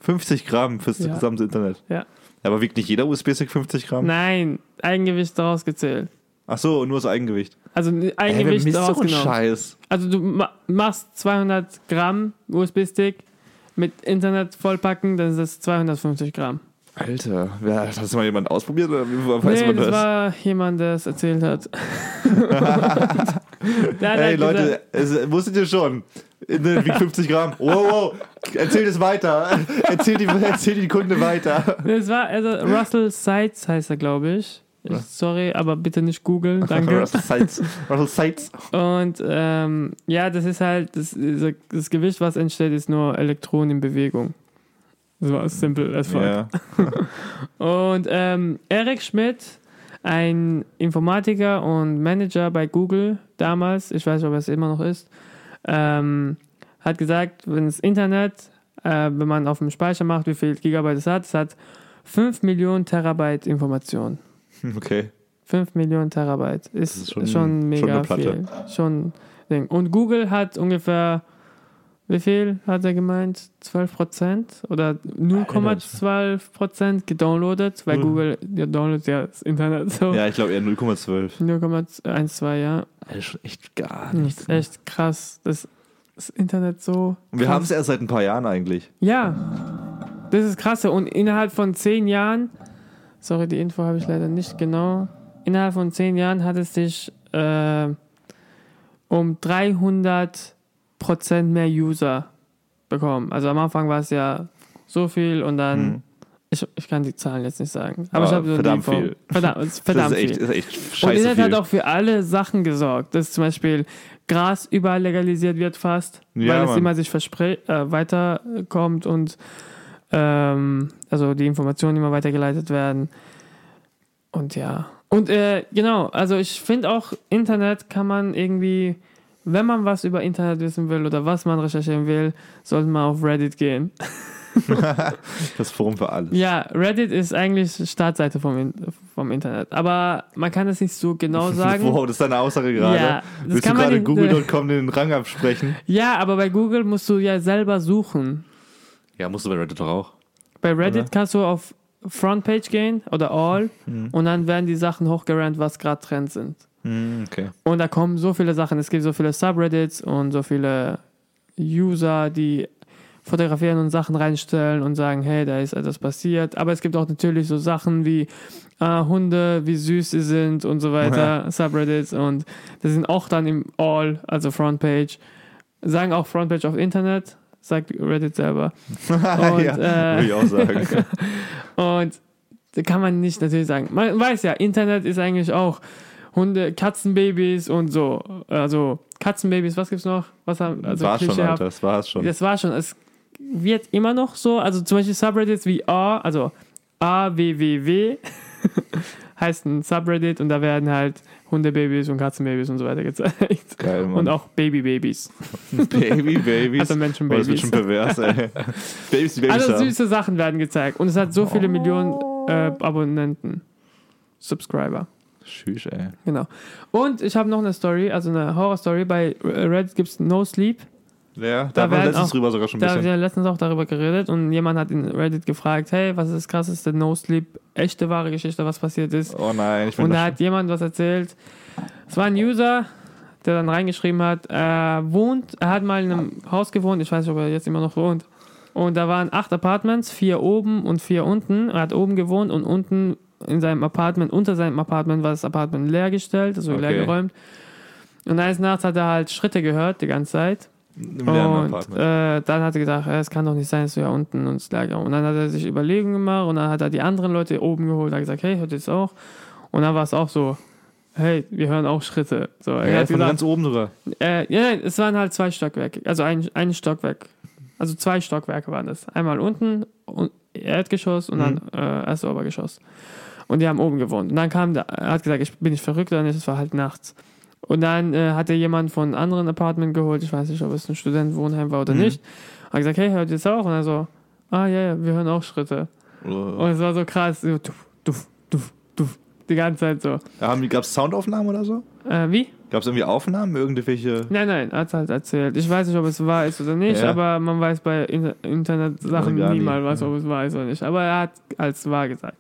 S2: 50 Gramm fürs
S1: Ja.
S2: gesamte Internet.
S1: Ja.
S2: Aber wiegt nicht jeder USB-Stick 50 Gramm?
S1: Nein, Eigengewicht rausgezählt.
S2: Ach so, nur das Eigengewicht.
S1: Also
S2: Hä, wer
S1: Eigengewicht
S2: misst so einen
S1: rausgenommen.
S2: Scheiß.
S1: Also du ma machst 200 Gramm USB-Stick mit Internet vollpacken, dann ist das 250 Gramm.
S2: Alter, wer, hat das mal jemand ausprobiert oder wie weiß
S1: Nee,
S2: man
S1: das
S2: das?
S1: war jemand, der es erzählt hat. Der hat
S2: Hey
S1: halt gesagt-
S2: Leute, es, wusstet ihr schon? Internet wiegt 50 Gramm. Wow, wow. Erzählt es weiter. Erzählt die, erzählt die Kunde weiter.
S1: das war also Russell Sides heißt er, glaube ich. ich. Sorry, aber bitte nicht googeln, danke.
S2: Russell Sites. Russell Sites.
S1: Und ähm, ja, das ist halt, das, dieser- das Gewicht, was entsteht, ist nur Elektronen in Bewegung. So simpel as fuck.
S2: Ja.
S1: Und ähm, Eric Schmidt, ein Informatiker und Manager bei Google damals, ich weiß nicht, ob er es immer noch ist, ähm, hat gesagt, wenn das Internet, äh, wenn man auf dem Speicher macht, wie viel Gigabyte es hat, es hat 5 Millionen Terabyte Informationen.
S2: Okay.
S1: 5 Millionen Terabyte ist,
S2: ist schon-
S1: schon,
S2: schon eine
S1: mega
S2: Platte.
S1: viel. Schon Ding. Und Google hat ungefähr, wie viel hat er gemeint? 12 Prozent oder 0,12 Prozent gedownloadet, weil
S2: Mhm.
S1: Google ja, downloadet ja das Internet so.
S2: Ja, ich glaube eher 0,12.
S1: 0,12, ja.
S2: Das ist schon echt gar
S1: Das ist echt krass. Das, das Internet so.
S2: Und wir
S1: krass.
S2: haben es erst seit ein paar Jahren eigentlich.
S1: Ja, das ist krasse. Und innerhalb von zehn Jahren, sorry, die Info habe ich leider nicht genau, innerhalb von zehn Jahren hat es sich äh, um 300 Prozent mehr User bekommen. Also am Anfang war es ja so viel und dann,
S2: Mhm.
S1: ich, ich kann die Zahlen jetzt nicht sagen, aber
S2: Ah,
S1: ich habe so eine
S2: verdammt
S1: Info.
S2: viel.
S1: Verdammt, es ist verdammt
S2: das ist echt,
S1: viel.
S2: ist echt
S1: Und
S2: scheiße
S1: Internet
S2: viel.
S1: hat halt auch für alle Sachen gesorgt, dass zum Beispiel Gras überall legalisiert wird fast,
S2: Ja,
S1: weil es
S2: Mann.
S1: immer sich verspre- äh, weiterkommt und ähm, also die Informationen immer weitergeleitet werden. Und ja. Und äh, genau, also ich finde auch, Internet kann man irgendwie, wenn man was über Internet wissen will oder was man recherchieren will, sollte man auf Reddit gehen.
S2: das Forum für alles.
S1: Ja, Reddit ist eigentlich Startseite vom, In- vom Internet. Aber man kann es nicht so genau sagen.
S2: Wow, das ist deine Aussage gerade.
S1: Ja, das
S2: Willst du
S1: kann man
S2: gerade
S1: nicht-
S2: Google.com den Rang absprechen?
S1: Ja, aber bei Google musst du ja selber suchen.
S2: Ja, musst du bei Reddit doch auch.
S1: Bei Reddit kannst du auf Frontpage gehen oder All und dann werden die Sachen hochgerannt, was gerade Trends sind.
S2: Hm, okay.
S1: Und da kommen so viele Sachen. Es gibt so viele Subreddits und so viele User, die fotografieren und Sachen reinstellen und sagen, hey, da ist etwas passiert. Aber es gibt auch natürlich so Sachen wie äh, Hunde, wie süß sie sind und so weiter, Subreddits und das sind auch dann im All, also Frontpage. Sagen auch Frontpage auf Internet, sagt Reddit selber. Und,
S2: Ah, ja,
S1: äh,
S2: würde ich auch sagen.
S1: Und da kann man nicht natürlich sagen. Man weiß ja, Internet ist eigentlich auch Hunde, Katzenbabys und so. Also Katzenbabys, was gibt's noch? Was haben,
S2: Das
S1: also
S2: war's schon,
S1: klischeehaft.
S2: Alter. Das war's schon.
S1: Das war schon. Es wird immer noch so. Also zum Beispiel Subreddits wie A, also AWWW heißt ein Subreddit und da werden halt Hundebabys und Katzenbabys und so weiter gezeigt.
S2: Geil, Mann.
S1: Und auch Babybabys.
S2: Baby, Babys.
S1: Also
S2: Oh, das wird
S1: Menschenbabys.
S2: schon pervers, ey. Babys, die Babys
S1: Alle
S2: haben. Oh.
S1: süße Sachen werden gezeigt. Und es hat so viele Millionen äh, Abonnenten. Subscriber.
S2: Schüss, ey.
S1: Genau. Und ich habe noch eine Story, also eine Horror-Story. Bei Reddit gibt es No Sleep. Da
S2: Ja, da, haben wir
S1: werden
S2: letztens
S1: auch-
S2: drüber sogar schon ein
S1: Da haben
S2: bisschen.
S1: wir letztens auch darüber geredet und jemand hat in Reddit gefragt, hey, was ist das krasseste No Sleep, echte wahre Geschichte, was passiert ist.
S2: Oh nein, ich bin
S1: Und da
S2: da
S1: hat jemand was erzählt. Es war ein User, der dann reingeschrieben hat, er wohnt, er hat mal in einem Haus gewohnt, ich weiß nicht, ob er jetzt immer noch wohnt. Und da waren acht Apartments, vier oben und vier unten. Er hat oben gewohnt und unten in seinem Apartment, unter seinem Apartment war das Apartment leergestellt, also
S2: Okay.
S1: leergeräumt. Und eines Nachts hat er halt Schritte gehört die ganze Zeit.
S2: im
S1: Und
S2: Lernapartment.
S1: äh, dann hat er gedacht, äh, es kann doch nicht sein, dass du ja unten uns Lager. Und dann hat er sich Überlegungen gemacht und dann hat er die anderen Leute oben geholt und hat gesagt, hey, hört ihr es auch? Und dann war es auch so, hey, wir hören auch Schritte. So, er
S2: ja,
S1: hat
S2: von
S1: gesagt,
S2: ganz oben sogar.
S1: äh, ja, nein, es waren halt zwei Stockwerke, also ein, ein Stockwerk. Also zwei Stockwerke waren das. Einmal unten, und Erdgeschoss und dann äh, erst Obergeschoss. Und die haben oben gewohnt. Und dann kam, der, er hat gesagt, ich bin nicht verrückt oder nicht, es war halt nachts. Und dann äh, hat er jemanden von einem anderen Apartment geholt, ich weiß nicht, ob es ein Studentenwohnheim war oder nicht. Hat gesagt, hey, hört ihr es auch? Und er so, ah ja, ja, wir hören auch Schritte. Und es war so krass, so, tuff, tuff, tuff, tuff, die ganze Zeit so.
S2: Gab es Soundaufnahmen oder so?
S1: Äh, wie?
S2: Gab es irgendwie Aufnahmen? Irgendwelche.
S1: Nein, nein, hat halt erzählt. Ich weiß nicht, ob es wahr ist oder nicht,
S2: Ja.
S1: aber man weiß bei Inter Internet-Sachen
S2: Also gar nie.
S1: niemals, was, ob es wahr ist oder nicht. Aber er hat als wahr gesagt.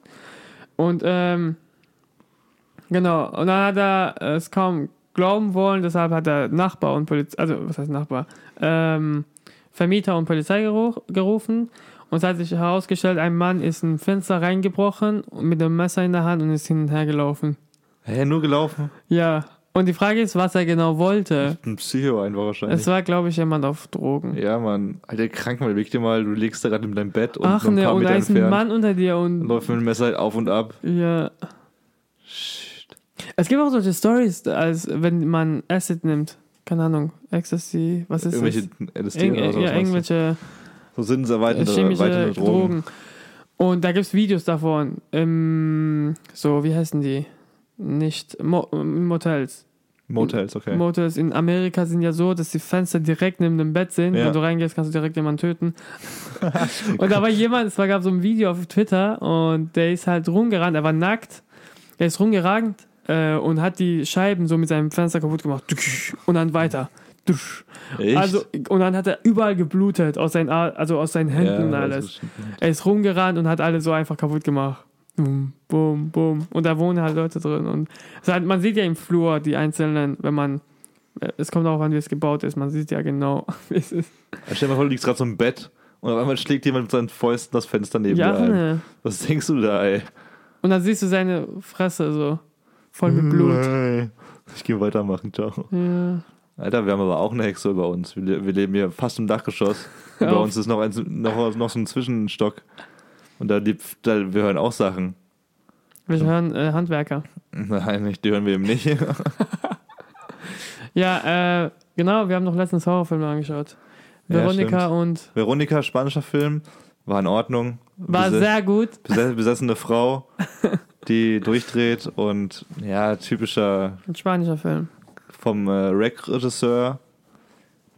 S1: Und ähm, genau, und dann hat er es kaum glauben wollen, deshalb hat er Nachbar und Polizei, also was heißt Nachbar, ähm, Vermieter und Polizei geru- gerufen. Und es hat sich herausgestellt, ein Mann ist in ein Fenster reingebrochen und mit einem Messer in der Hand und ist hin und her gelaufen.
S2: Hä, nur gelaufen?
S1: Ja, und die Frage ist, was er genau wollte.
S2: Ein Psycho einfach wahrscheinlich.
S1: Es war, glaube ich, jemand auf Drogen.
S2: Ja, Mann. Alter, krank mal, leg dir mal, du liegst da gerade in deinem Bett und
S1: Ach
S2: so ein
S1: ne,
S2: paar
S1: und
S2: Meter
S1: da ist ein
S2: entfernt
S1: Mann unter dir und
S2: läuft mit dem Messer halt auf und ab.
S1: ja. Es gibt auch solche Stories, als wenn man Acid nimmt. Keine Ahnung, Ecstasy, was ist
S2: Irgendwelche
S1: das?
S2: LSD
S1: Irgend,
S2: oder so.
S1: ja,
S2: was
S1: irgendwelche äh,
S2: so sinneserweiternde
S1: chemische
S2: erweiternde Drogen.
S1: Drogen. Und da gibt es Videos davon. Im, so, wie heißen die? Nicht Mo Motels.
S2: Motels, okay.
S1: Motels in Amerika sind ja so, dass die Fenster direkt neben dem Bett sind.
S2: Ja.
S1: Wenn du reingehst, kannst du direkt jemanden töten. und da war jemand, es war, gab so ein Video auf Twitter und der ist halt rumgerannt, er war nackt, er ist rumgerannt äh, und hat die Scheiben so mit seinem Fenster kaputt gemacht. Und dann weiter.
S2: Echt?
S1: Also, und dann hat er überall geblutet, aus seinen, Ar- also aus seinen Händen und
S2: das
S1: alles.
S2: ist-
S1: Er ist rumgerannt und hat alle so einfach kaputt gemacht. Bum, bum, bum. Und da wohnen halt Leute drin. Und es hat, man sieht ja im Flur die einzelnen, wenn man. äh, Es kommt auch an, wie es gebaut ist. Man sieht ja genau, wie es ist.
S2: Stell dir mal vor, du liegst gerade so im Bett und auf einmal schlägt jemand mit seinen Fäusten das Fenster neben
S1: Ja,
S2: dir ein.
S1: ne.
S2: Was denkst du da, ey?
S1: Und dann siehst du seine Fresse so. Voll mit Blut.
S2: Nee. Ich gehe weitermachen, ciao.
S1: Ja.
S2: Alter, wir haben aber auch eine Hexe über uns. Wir, le- wir leben hier fast im Dachgeschoss.
S1: Hör
S2: Über
S1: auf.
S2: uns ist noch, eins, noch, noch so ein Zwischenstock. Und da, lebt, da wir hören auch Sachen.
S1: Wir hören äh, Handwerker.
S2: Nein, nicht, die hören wir eben nicht.
S1: Ja, äh, genau, wir haben noch letztens Horrorfilme angeschaut.
S2: Ja,
S1: Veronika
S2: stimmt.
S1: und.
S2: Veronika, spanischer Film, war in Ordnung.
S1: War
S2: Bese-
S1: sehr gut.
S2: bese- besessene Frau, die durchdreht und ja, typischer
S1: Ein spanischer Film.
S2: vom äh, Rack-Regisseur.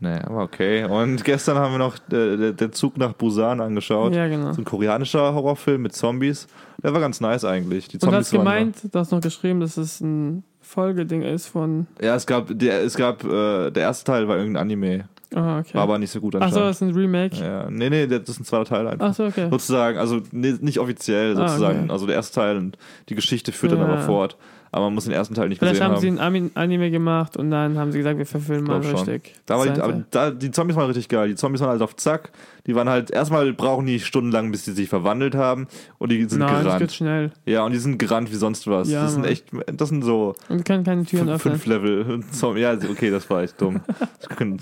S2: Naja, aber okay. Und gestern haben wir noch äh, der- der Zug nach Busan angeschaut.
S1: Ja, genau.
S2: So ein koreanischer Horrorfilm mit Zombies. Der war ganz nice eigentlich. Die
S1: Und du
S2: Zombies
S1: hast gemeint, du hast noch geschrieben, dass es ein Folgeding ist von.
S2: Waren, ja, es gab, der, es gab äh, der erste Teil war irgendein Anime.
S1: Ah, okay.
S2: War aber nicht so gut
S1: Achso,
S2: anscheinend.
S1: das ist ein Remake.
S2: ja, nee, nee, das ist ein zweiter Teil einfach.
S1: Achso, okay.
S2: Sozusagen, also nee, nicht offiziell
S1: Ah,
S2: sozusagen.
S1: okay.
S2: Also der erste Teil und die Geschichte führt dann
S1: Ja.
S2: aber fort. Aber man muss den ersten Teil nicht
S1: Vielleicht
S2: gesehen
S1: haben
S2: haben.
S1: sie ein Ami- Anime gemacht und dann haben sie gesagt, wir verfilmen mal
S2: Glaub schon.
S1: richtig.
S2: Da war die,
S1: Seite.
S2: aber da, die Zombies waren richtig geil. Die Zombies waren halt auf Zack. Die waren halt, erstmal brauchen die stundenlang, bis die sich verwandelt haben. Und die sind
S1: Nein, das geht
S2: gerannt.
S1: schnell.
S2: Ja, und die sind gerannt wie sonst was.
S1: Ja,
S2: das sind
S1: Mann.
S2: echt, das sind so
S1: Und können keine Türen
S2: fün-
S1: öffnen.
S2: fünf Level. Zom- Ja, also, okay, das war echt dumm. Das können,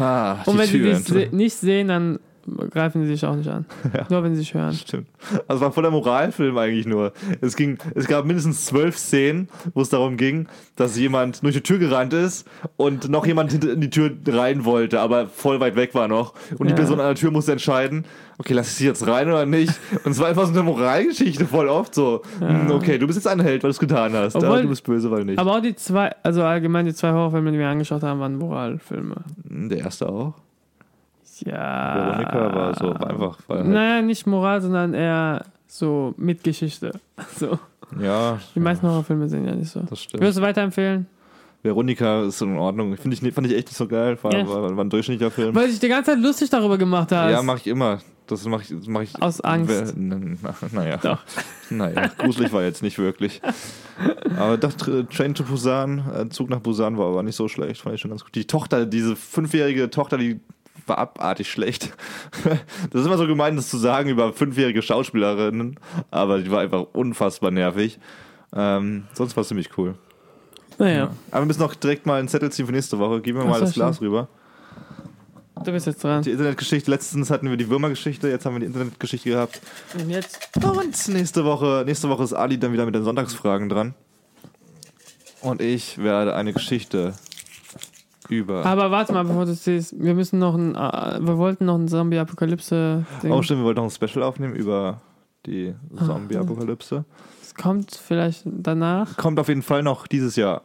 S2: ah,
S1: Und
S2: die
S1: wenn
S2: Türen.
S1: sie dich se nicht sehen, dann greifen sie dich auch nicht an. Nur wenn sie dich hören.
S2: Stimmt. Also war voller Moralfilm eigentlich nur. Es ging, es gab mindestens zwölf Szenen, wo es darum ging, dass jemand durch die Tür gerannt ist und noch jemand hinter in die Tür rein wollte, aber voll weit weg war noch. Und die
S1: Ja.
S2: Person an der Tür musste entscheiden, okay, lass ich sie jetzt rein oder nicht. Und es war einfach so eine Moralgeschichte voll oft so. hm, Okay, du bist jetzt ein Held, weil du es getan hast. aber
S1: Obwohl-
S2: du bist böse, weil nicht.
S1: Aber auch die zwei, also allgemein die zwei Horrorfilme, die wir angeschaut haben, waren Moralfilme.
S2: Hm, Der erste auch.
S1: Ja.
S2: Veronika war so war einfach. War halt,
S1: Naja, nicht Moral, sondern eher so mit Geschichte. So.
S2: halt- Ja,
S1: Die meisten Horrorfilme sind ja nicht so.
S2: das stimmt.
S1: Würdest du weiterempfehlen?
S2: Veronika ist in Ordnung. Finde ich, nicht- fand ich echt nicht so geil. War,
S1: Ja.
S2: war, war ein durchschnittlicher Film.
S1: Weil ich die ganze Zeit lustig darüber gemacht hast.
S2: Ja, mache ich immer. Das mache ich, das mach ich.
S1: Aus Angst.
S2: Wer- n- na- Naja.
S1: Doch.
S2: Naja, gruselig war jetzt nicht wirklich. Aber das Tr- Train to Busan, äh, Zug nach Busan war aber nicht so schlecht. Fand ich schon ganz gut. Die Tochter, diese fünfjährige Tochter, die war abartig schlecht. Das ist immer so gemein, das zu sagen über fünfjährige Schauspielerinnen, aber die war einfach unfassbar nervig. Ähm, sonst war es ziemlich cool.
S1: Naja,
S2: Aber wir müssen noch direkt mal einen Zettel ziehen für nächste Woche. Gib mir
S1: Ach
S2: mal
S1: so,
S2: das Glas rüber.
S1: du bist jetzt dran.
S2: Die Internetgeschichte, letztens hatten wir die Würmergeschichte, jetzt haben wir die Internetgeschichte gehabt.
S1: Und jetzt.
S2: Und nächste Woche, nächste Woche ist Ali dann wieder mit den Sonntagsfragen dran. Und ich werde eine Geschichte über.
S1: Aber warte mal, bevor du es siehst. Wir müssen noch ein. äh, Wir wollten noch ein Zombie-Apokalypse-Ding.
S2: Oh, stimmt, wir wollten noch ein Special aufnehmen über die Zombie-Apokalypse.
S1: Es kommt vielleicht danach.
S2: Kommt auf jeden Fall noch dieses Jahr.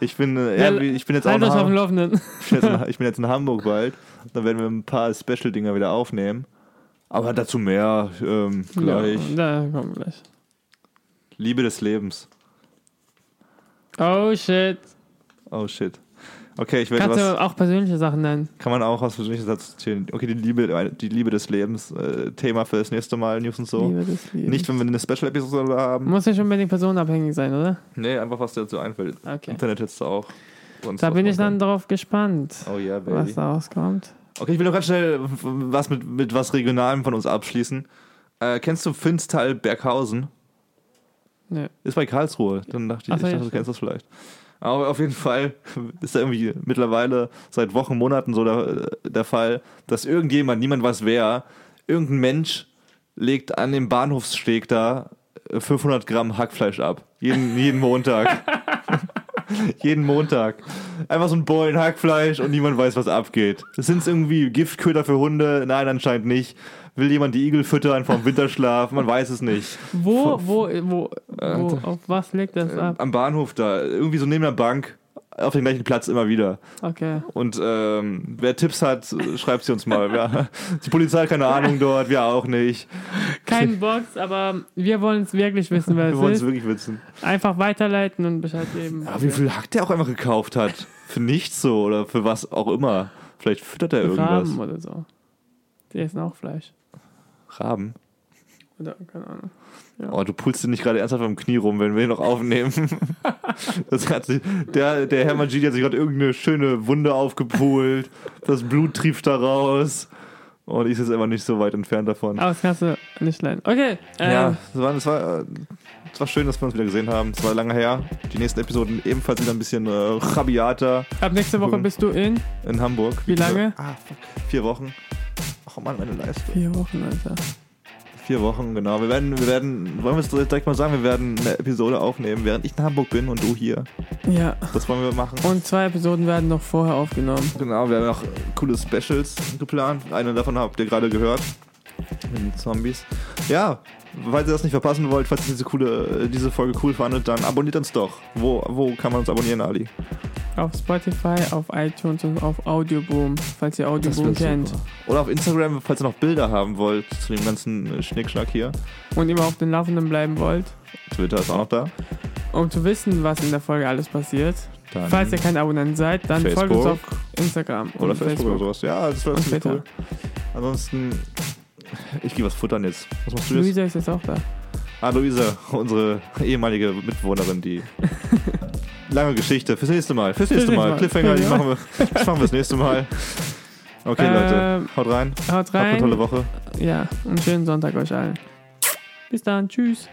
S2: Ich bin, äh, ja, wie- ich bin jetzt auch
S1: halt
S2: in
S1: uns auf dem
S2: Hamburg.
S1: Laufenden.
S2: Ich bin, jetzt in, ich bin jetzt in Hamburg bald. Dann werden wir ein paar Special-Dinger wieder aufnehmen. Aber dazu mehr ähm, gleich.
S1: Ja, da kommen wir gleich.
S2: Liebe des Lebens.
S1: Oh shit.
S2: Oh shit. Okay, ich werde
S1: Kannst
S2: was.
S1: du auch persönliche Sachen nennen?
S2: Kann man auch was persönliches dazu zählen. Okay, die Liebe, äh, die Liebe des Lebens. Äh, Thema für das nächste Mal, News und so.
S1: Liebe des Lebens.
S2: Nicht, wenn wir eine Special-Episode haben.
S1: Muss ja schon unbedingt personenabhängig sein, oder?
S2: Nee, einfach was dir dazu einfällt.
S1: Okay.
S2: Internet hättest du auch. Sonst
S1: Da
S2: was
S1: bin ich
S2: machen.
S1: dann drauf gespannt,
S2: Oh ja,
S1: was
S2: Baby.
S1: da rauskommt.
S2: Okay, ich will noch ganz schnell was mit, mit was Regionalem von uns abschließen. Äh, kennst du Finstal Berghausen?
S1: Nö.
S2: Ist bei Karlsruhe. Dann dachte ich,
S1: Ach so,
S2: ich
S1: ja,
S2: dachte, du kennst das vielleicht. Aber auf jeden Fall ist da irgendwie mittlerweile seit Wochen, Monaten so der, der Fall, dass irgendjemand, niemand weiß wer, irgendein Mensch legt an dem Bahnhofssteg da 500 Gramm Hackfleisch ab. Jeden, jeden Montag. jeden Montag. Einfach so ein Beulen Hackfleisch und niemand weiß, was abgeht. Sind es irgendwie Giftköder für Hunde? Nein, anscheinend nicht. Will jemand die Igel füttern vom Winterschlaf? Man weiß es nicht.
S1: Wo, wo, wo, wo, auf was legt das ab?
S2: Am Bahnhof da, irgendwie so neben der Bank, auf dem gleichen Platz immer wieder.
S1: Okay.
S2: Und ähm, wer Tipps hat, schreibt sie uns mal. Ja, die Polizei hat keine Ahnung dort, wir auch nicht.
S1: Kein Box, aber wir wollen es wirklich wissen,
S2: Wir
S1: wer
S2: wollen
S1: es
S2: es
S1: ist.
S2: wirklich wissen.
S1: Einfach weiterleiten und Bescheid geben.
S2: Aber wie viel Hack der auch einfach gekauft hat. Für nichts so oder für was auch immer. Vielleicht füttert er irgendwas.
S1: Raben oder so. Die essen auch Fleisch.
S2: Raben.
S1: Oder keine Ahnung.
S2: Oh, du pulst dir nicht gerade ernsthaft am Knie rum, wenn wir ihn noch aufnehmen. Das hat sich, der, der Hermann Gidi hat sich gerade irgendeine schöne Wunde aufgepult. Das Blut trieft da raus. Oh, Und ich sitze immer nicht so weit entfernt davon.
S1: Aber das kannst du nicht leiden. Okay. Ähm,
S2: Ja, es war, es, war, äh, es war schön, dass wir uns wieder gesehen haben. Es war lange her. Die nächsten Episoden ebenfalls wieder ein bisschen äh, rabiater
S1: Ab nächste Woche bist du in
S2: in Hamburg.
S1: Wie lange?
S2: Ah, fuck. Vier Wochen. Ach Mann, meine Leiste.
S1: vier Wochen, Alter.
S2: Vier Wochen, genau. Wir werden, wir werden, wollen wir es direkt mal sagen, wir werden eine Episode aufnehmen, während ich in Hamburg bin und du hier.
S1: Ja.
S2: Das wollen wir machen.
S1: Und zwei Episoden werden noch vorher aufgenommen.
S2: Genau, wir haben noch coole Specials geplant. Eine davon habt ihr gerade gehört. Mit den Zombies. Ja, falls ihr das nicht verpassen wollt, falls ihr diese, coole, äh, diese Folge cool fandet, dann abonniert uns doch. Wo, wo kann man uns abonnieren, Ali?
S1: Auf Spotify, auf iTunes und auf Audioboom, falls ihr Audioboom kennt.
S2: Oder auf Instagram, falls ihr noch Bilder haben wollt zu dem ganzen äh, Schnickschnack hier.
S1: Und immer auf den Laufenden bleiben wollt,
S2: Twitter ist auch noch da.
S1: um zu wissen, was in der Folge alles passiert.
S2: Dann
S1: Falls ihr kein Abonnent seid, dann folgt uns
S2: Facebook.
S1: auf Instagram
S2: oder
S1: und
S2: Facebook, oder sowas. Ja, das wäre
S1: Und
S2: ziemlich cool.
S1: Twitter.
S2: Ansonsten, ich gehe was futtern jetzt. Was machst du jetzt?
S1: Luisa ist jetzt auch da.
S2: Ah, Luisa, unsere ehemalige Mitbewohnerin, die. Lange Geschichte. Fürs nächste Mal. Fürs nächste Mal. Cliffhanger, die machen wir, das machen wir das nächste Mal. Okay, Leute.
S1: Ähm,
S2: Haut rein.
S1: Haut
S2: Habt eine tolle
S1: rein.
S2: Woche.
S1: Ja, und schönen Sonntag euch allen. Bis dann. Tschüss.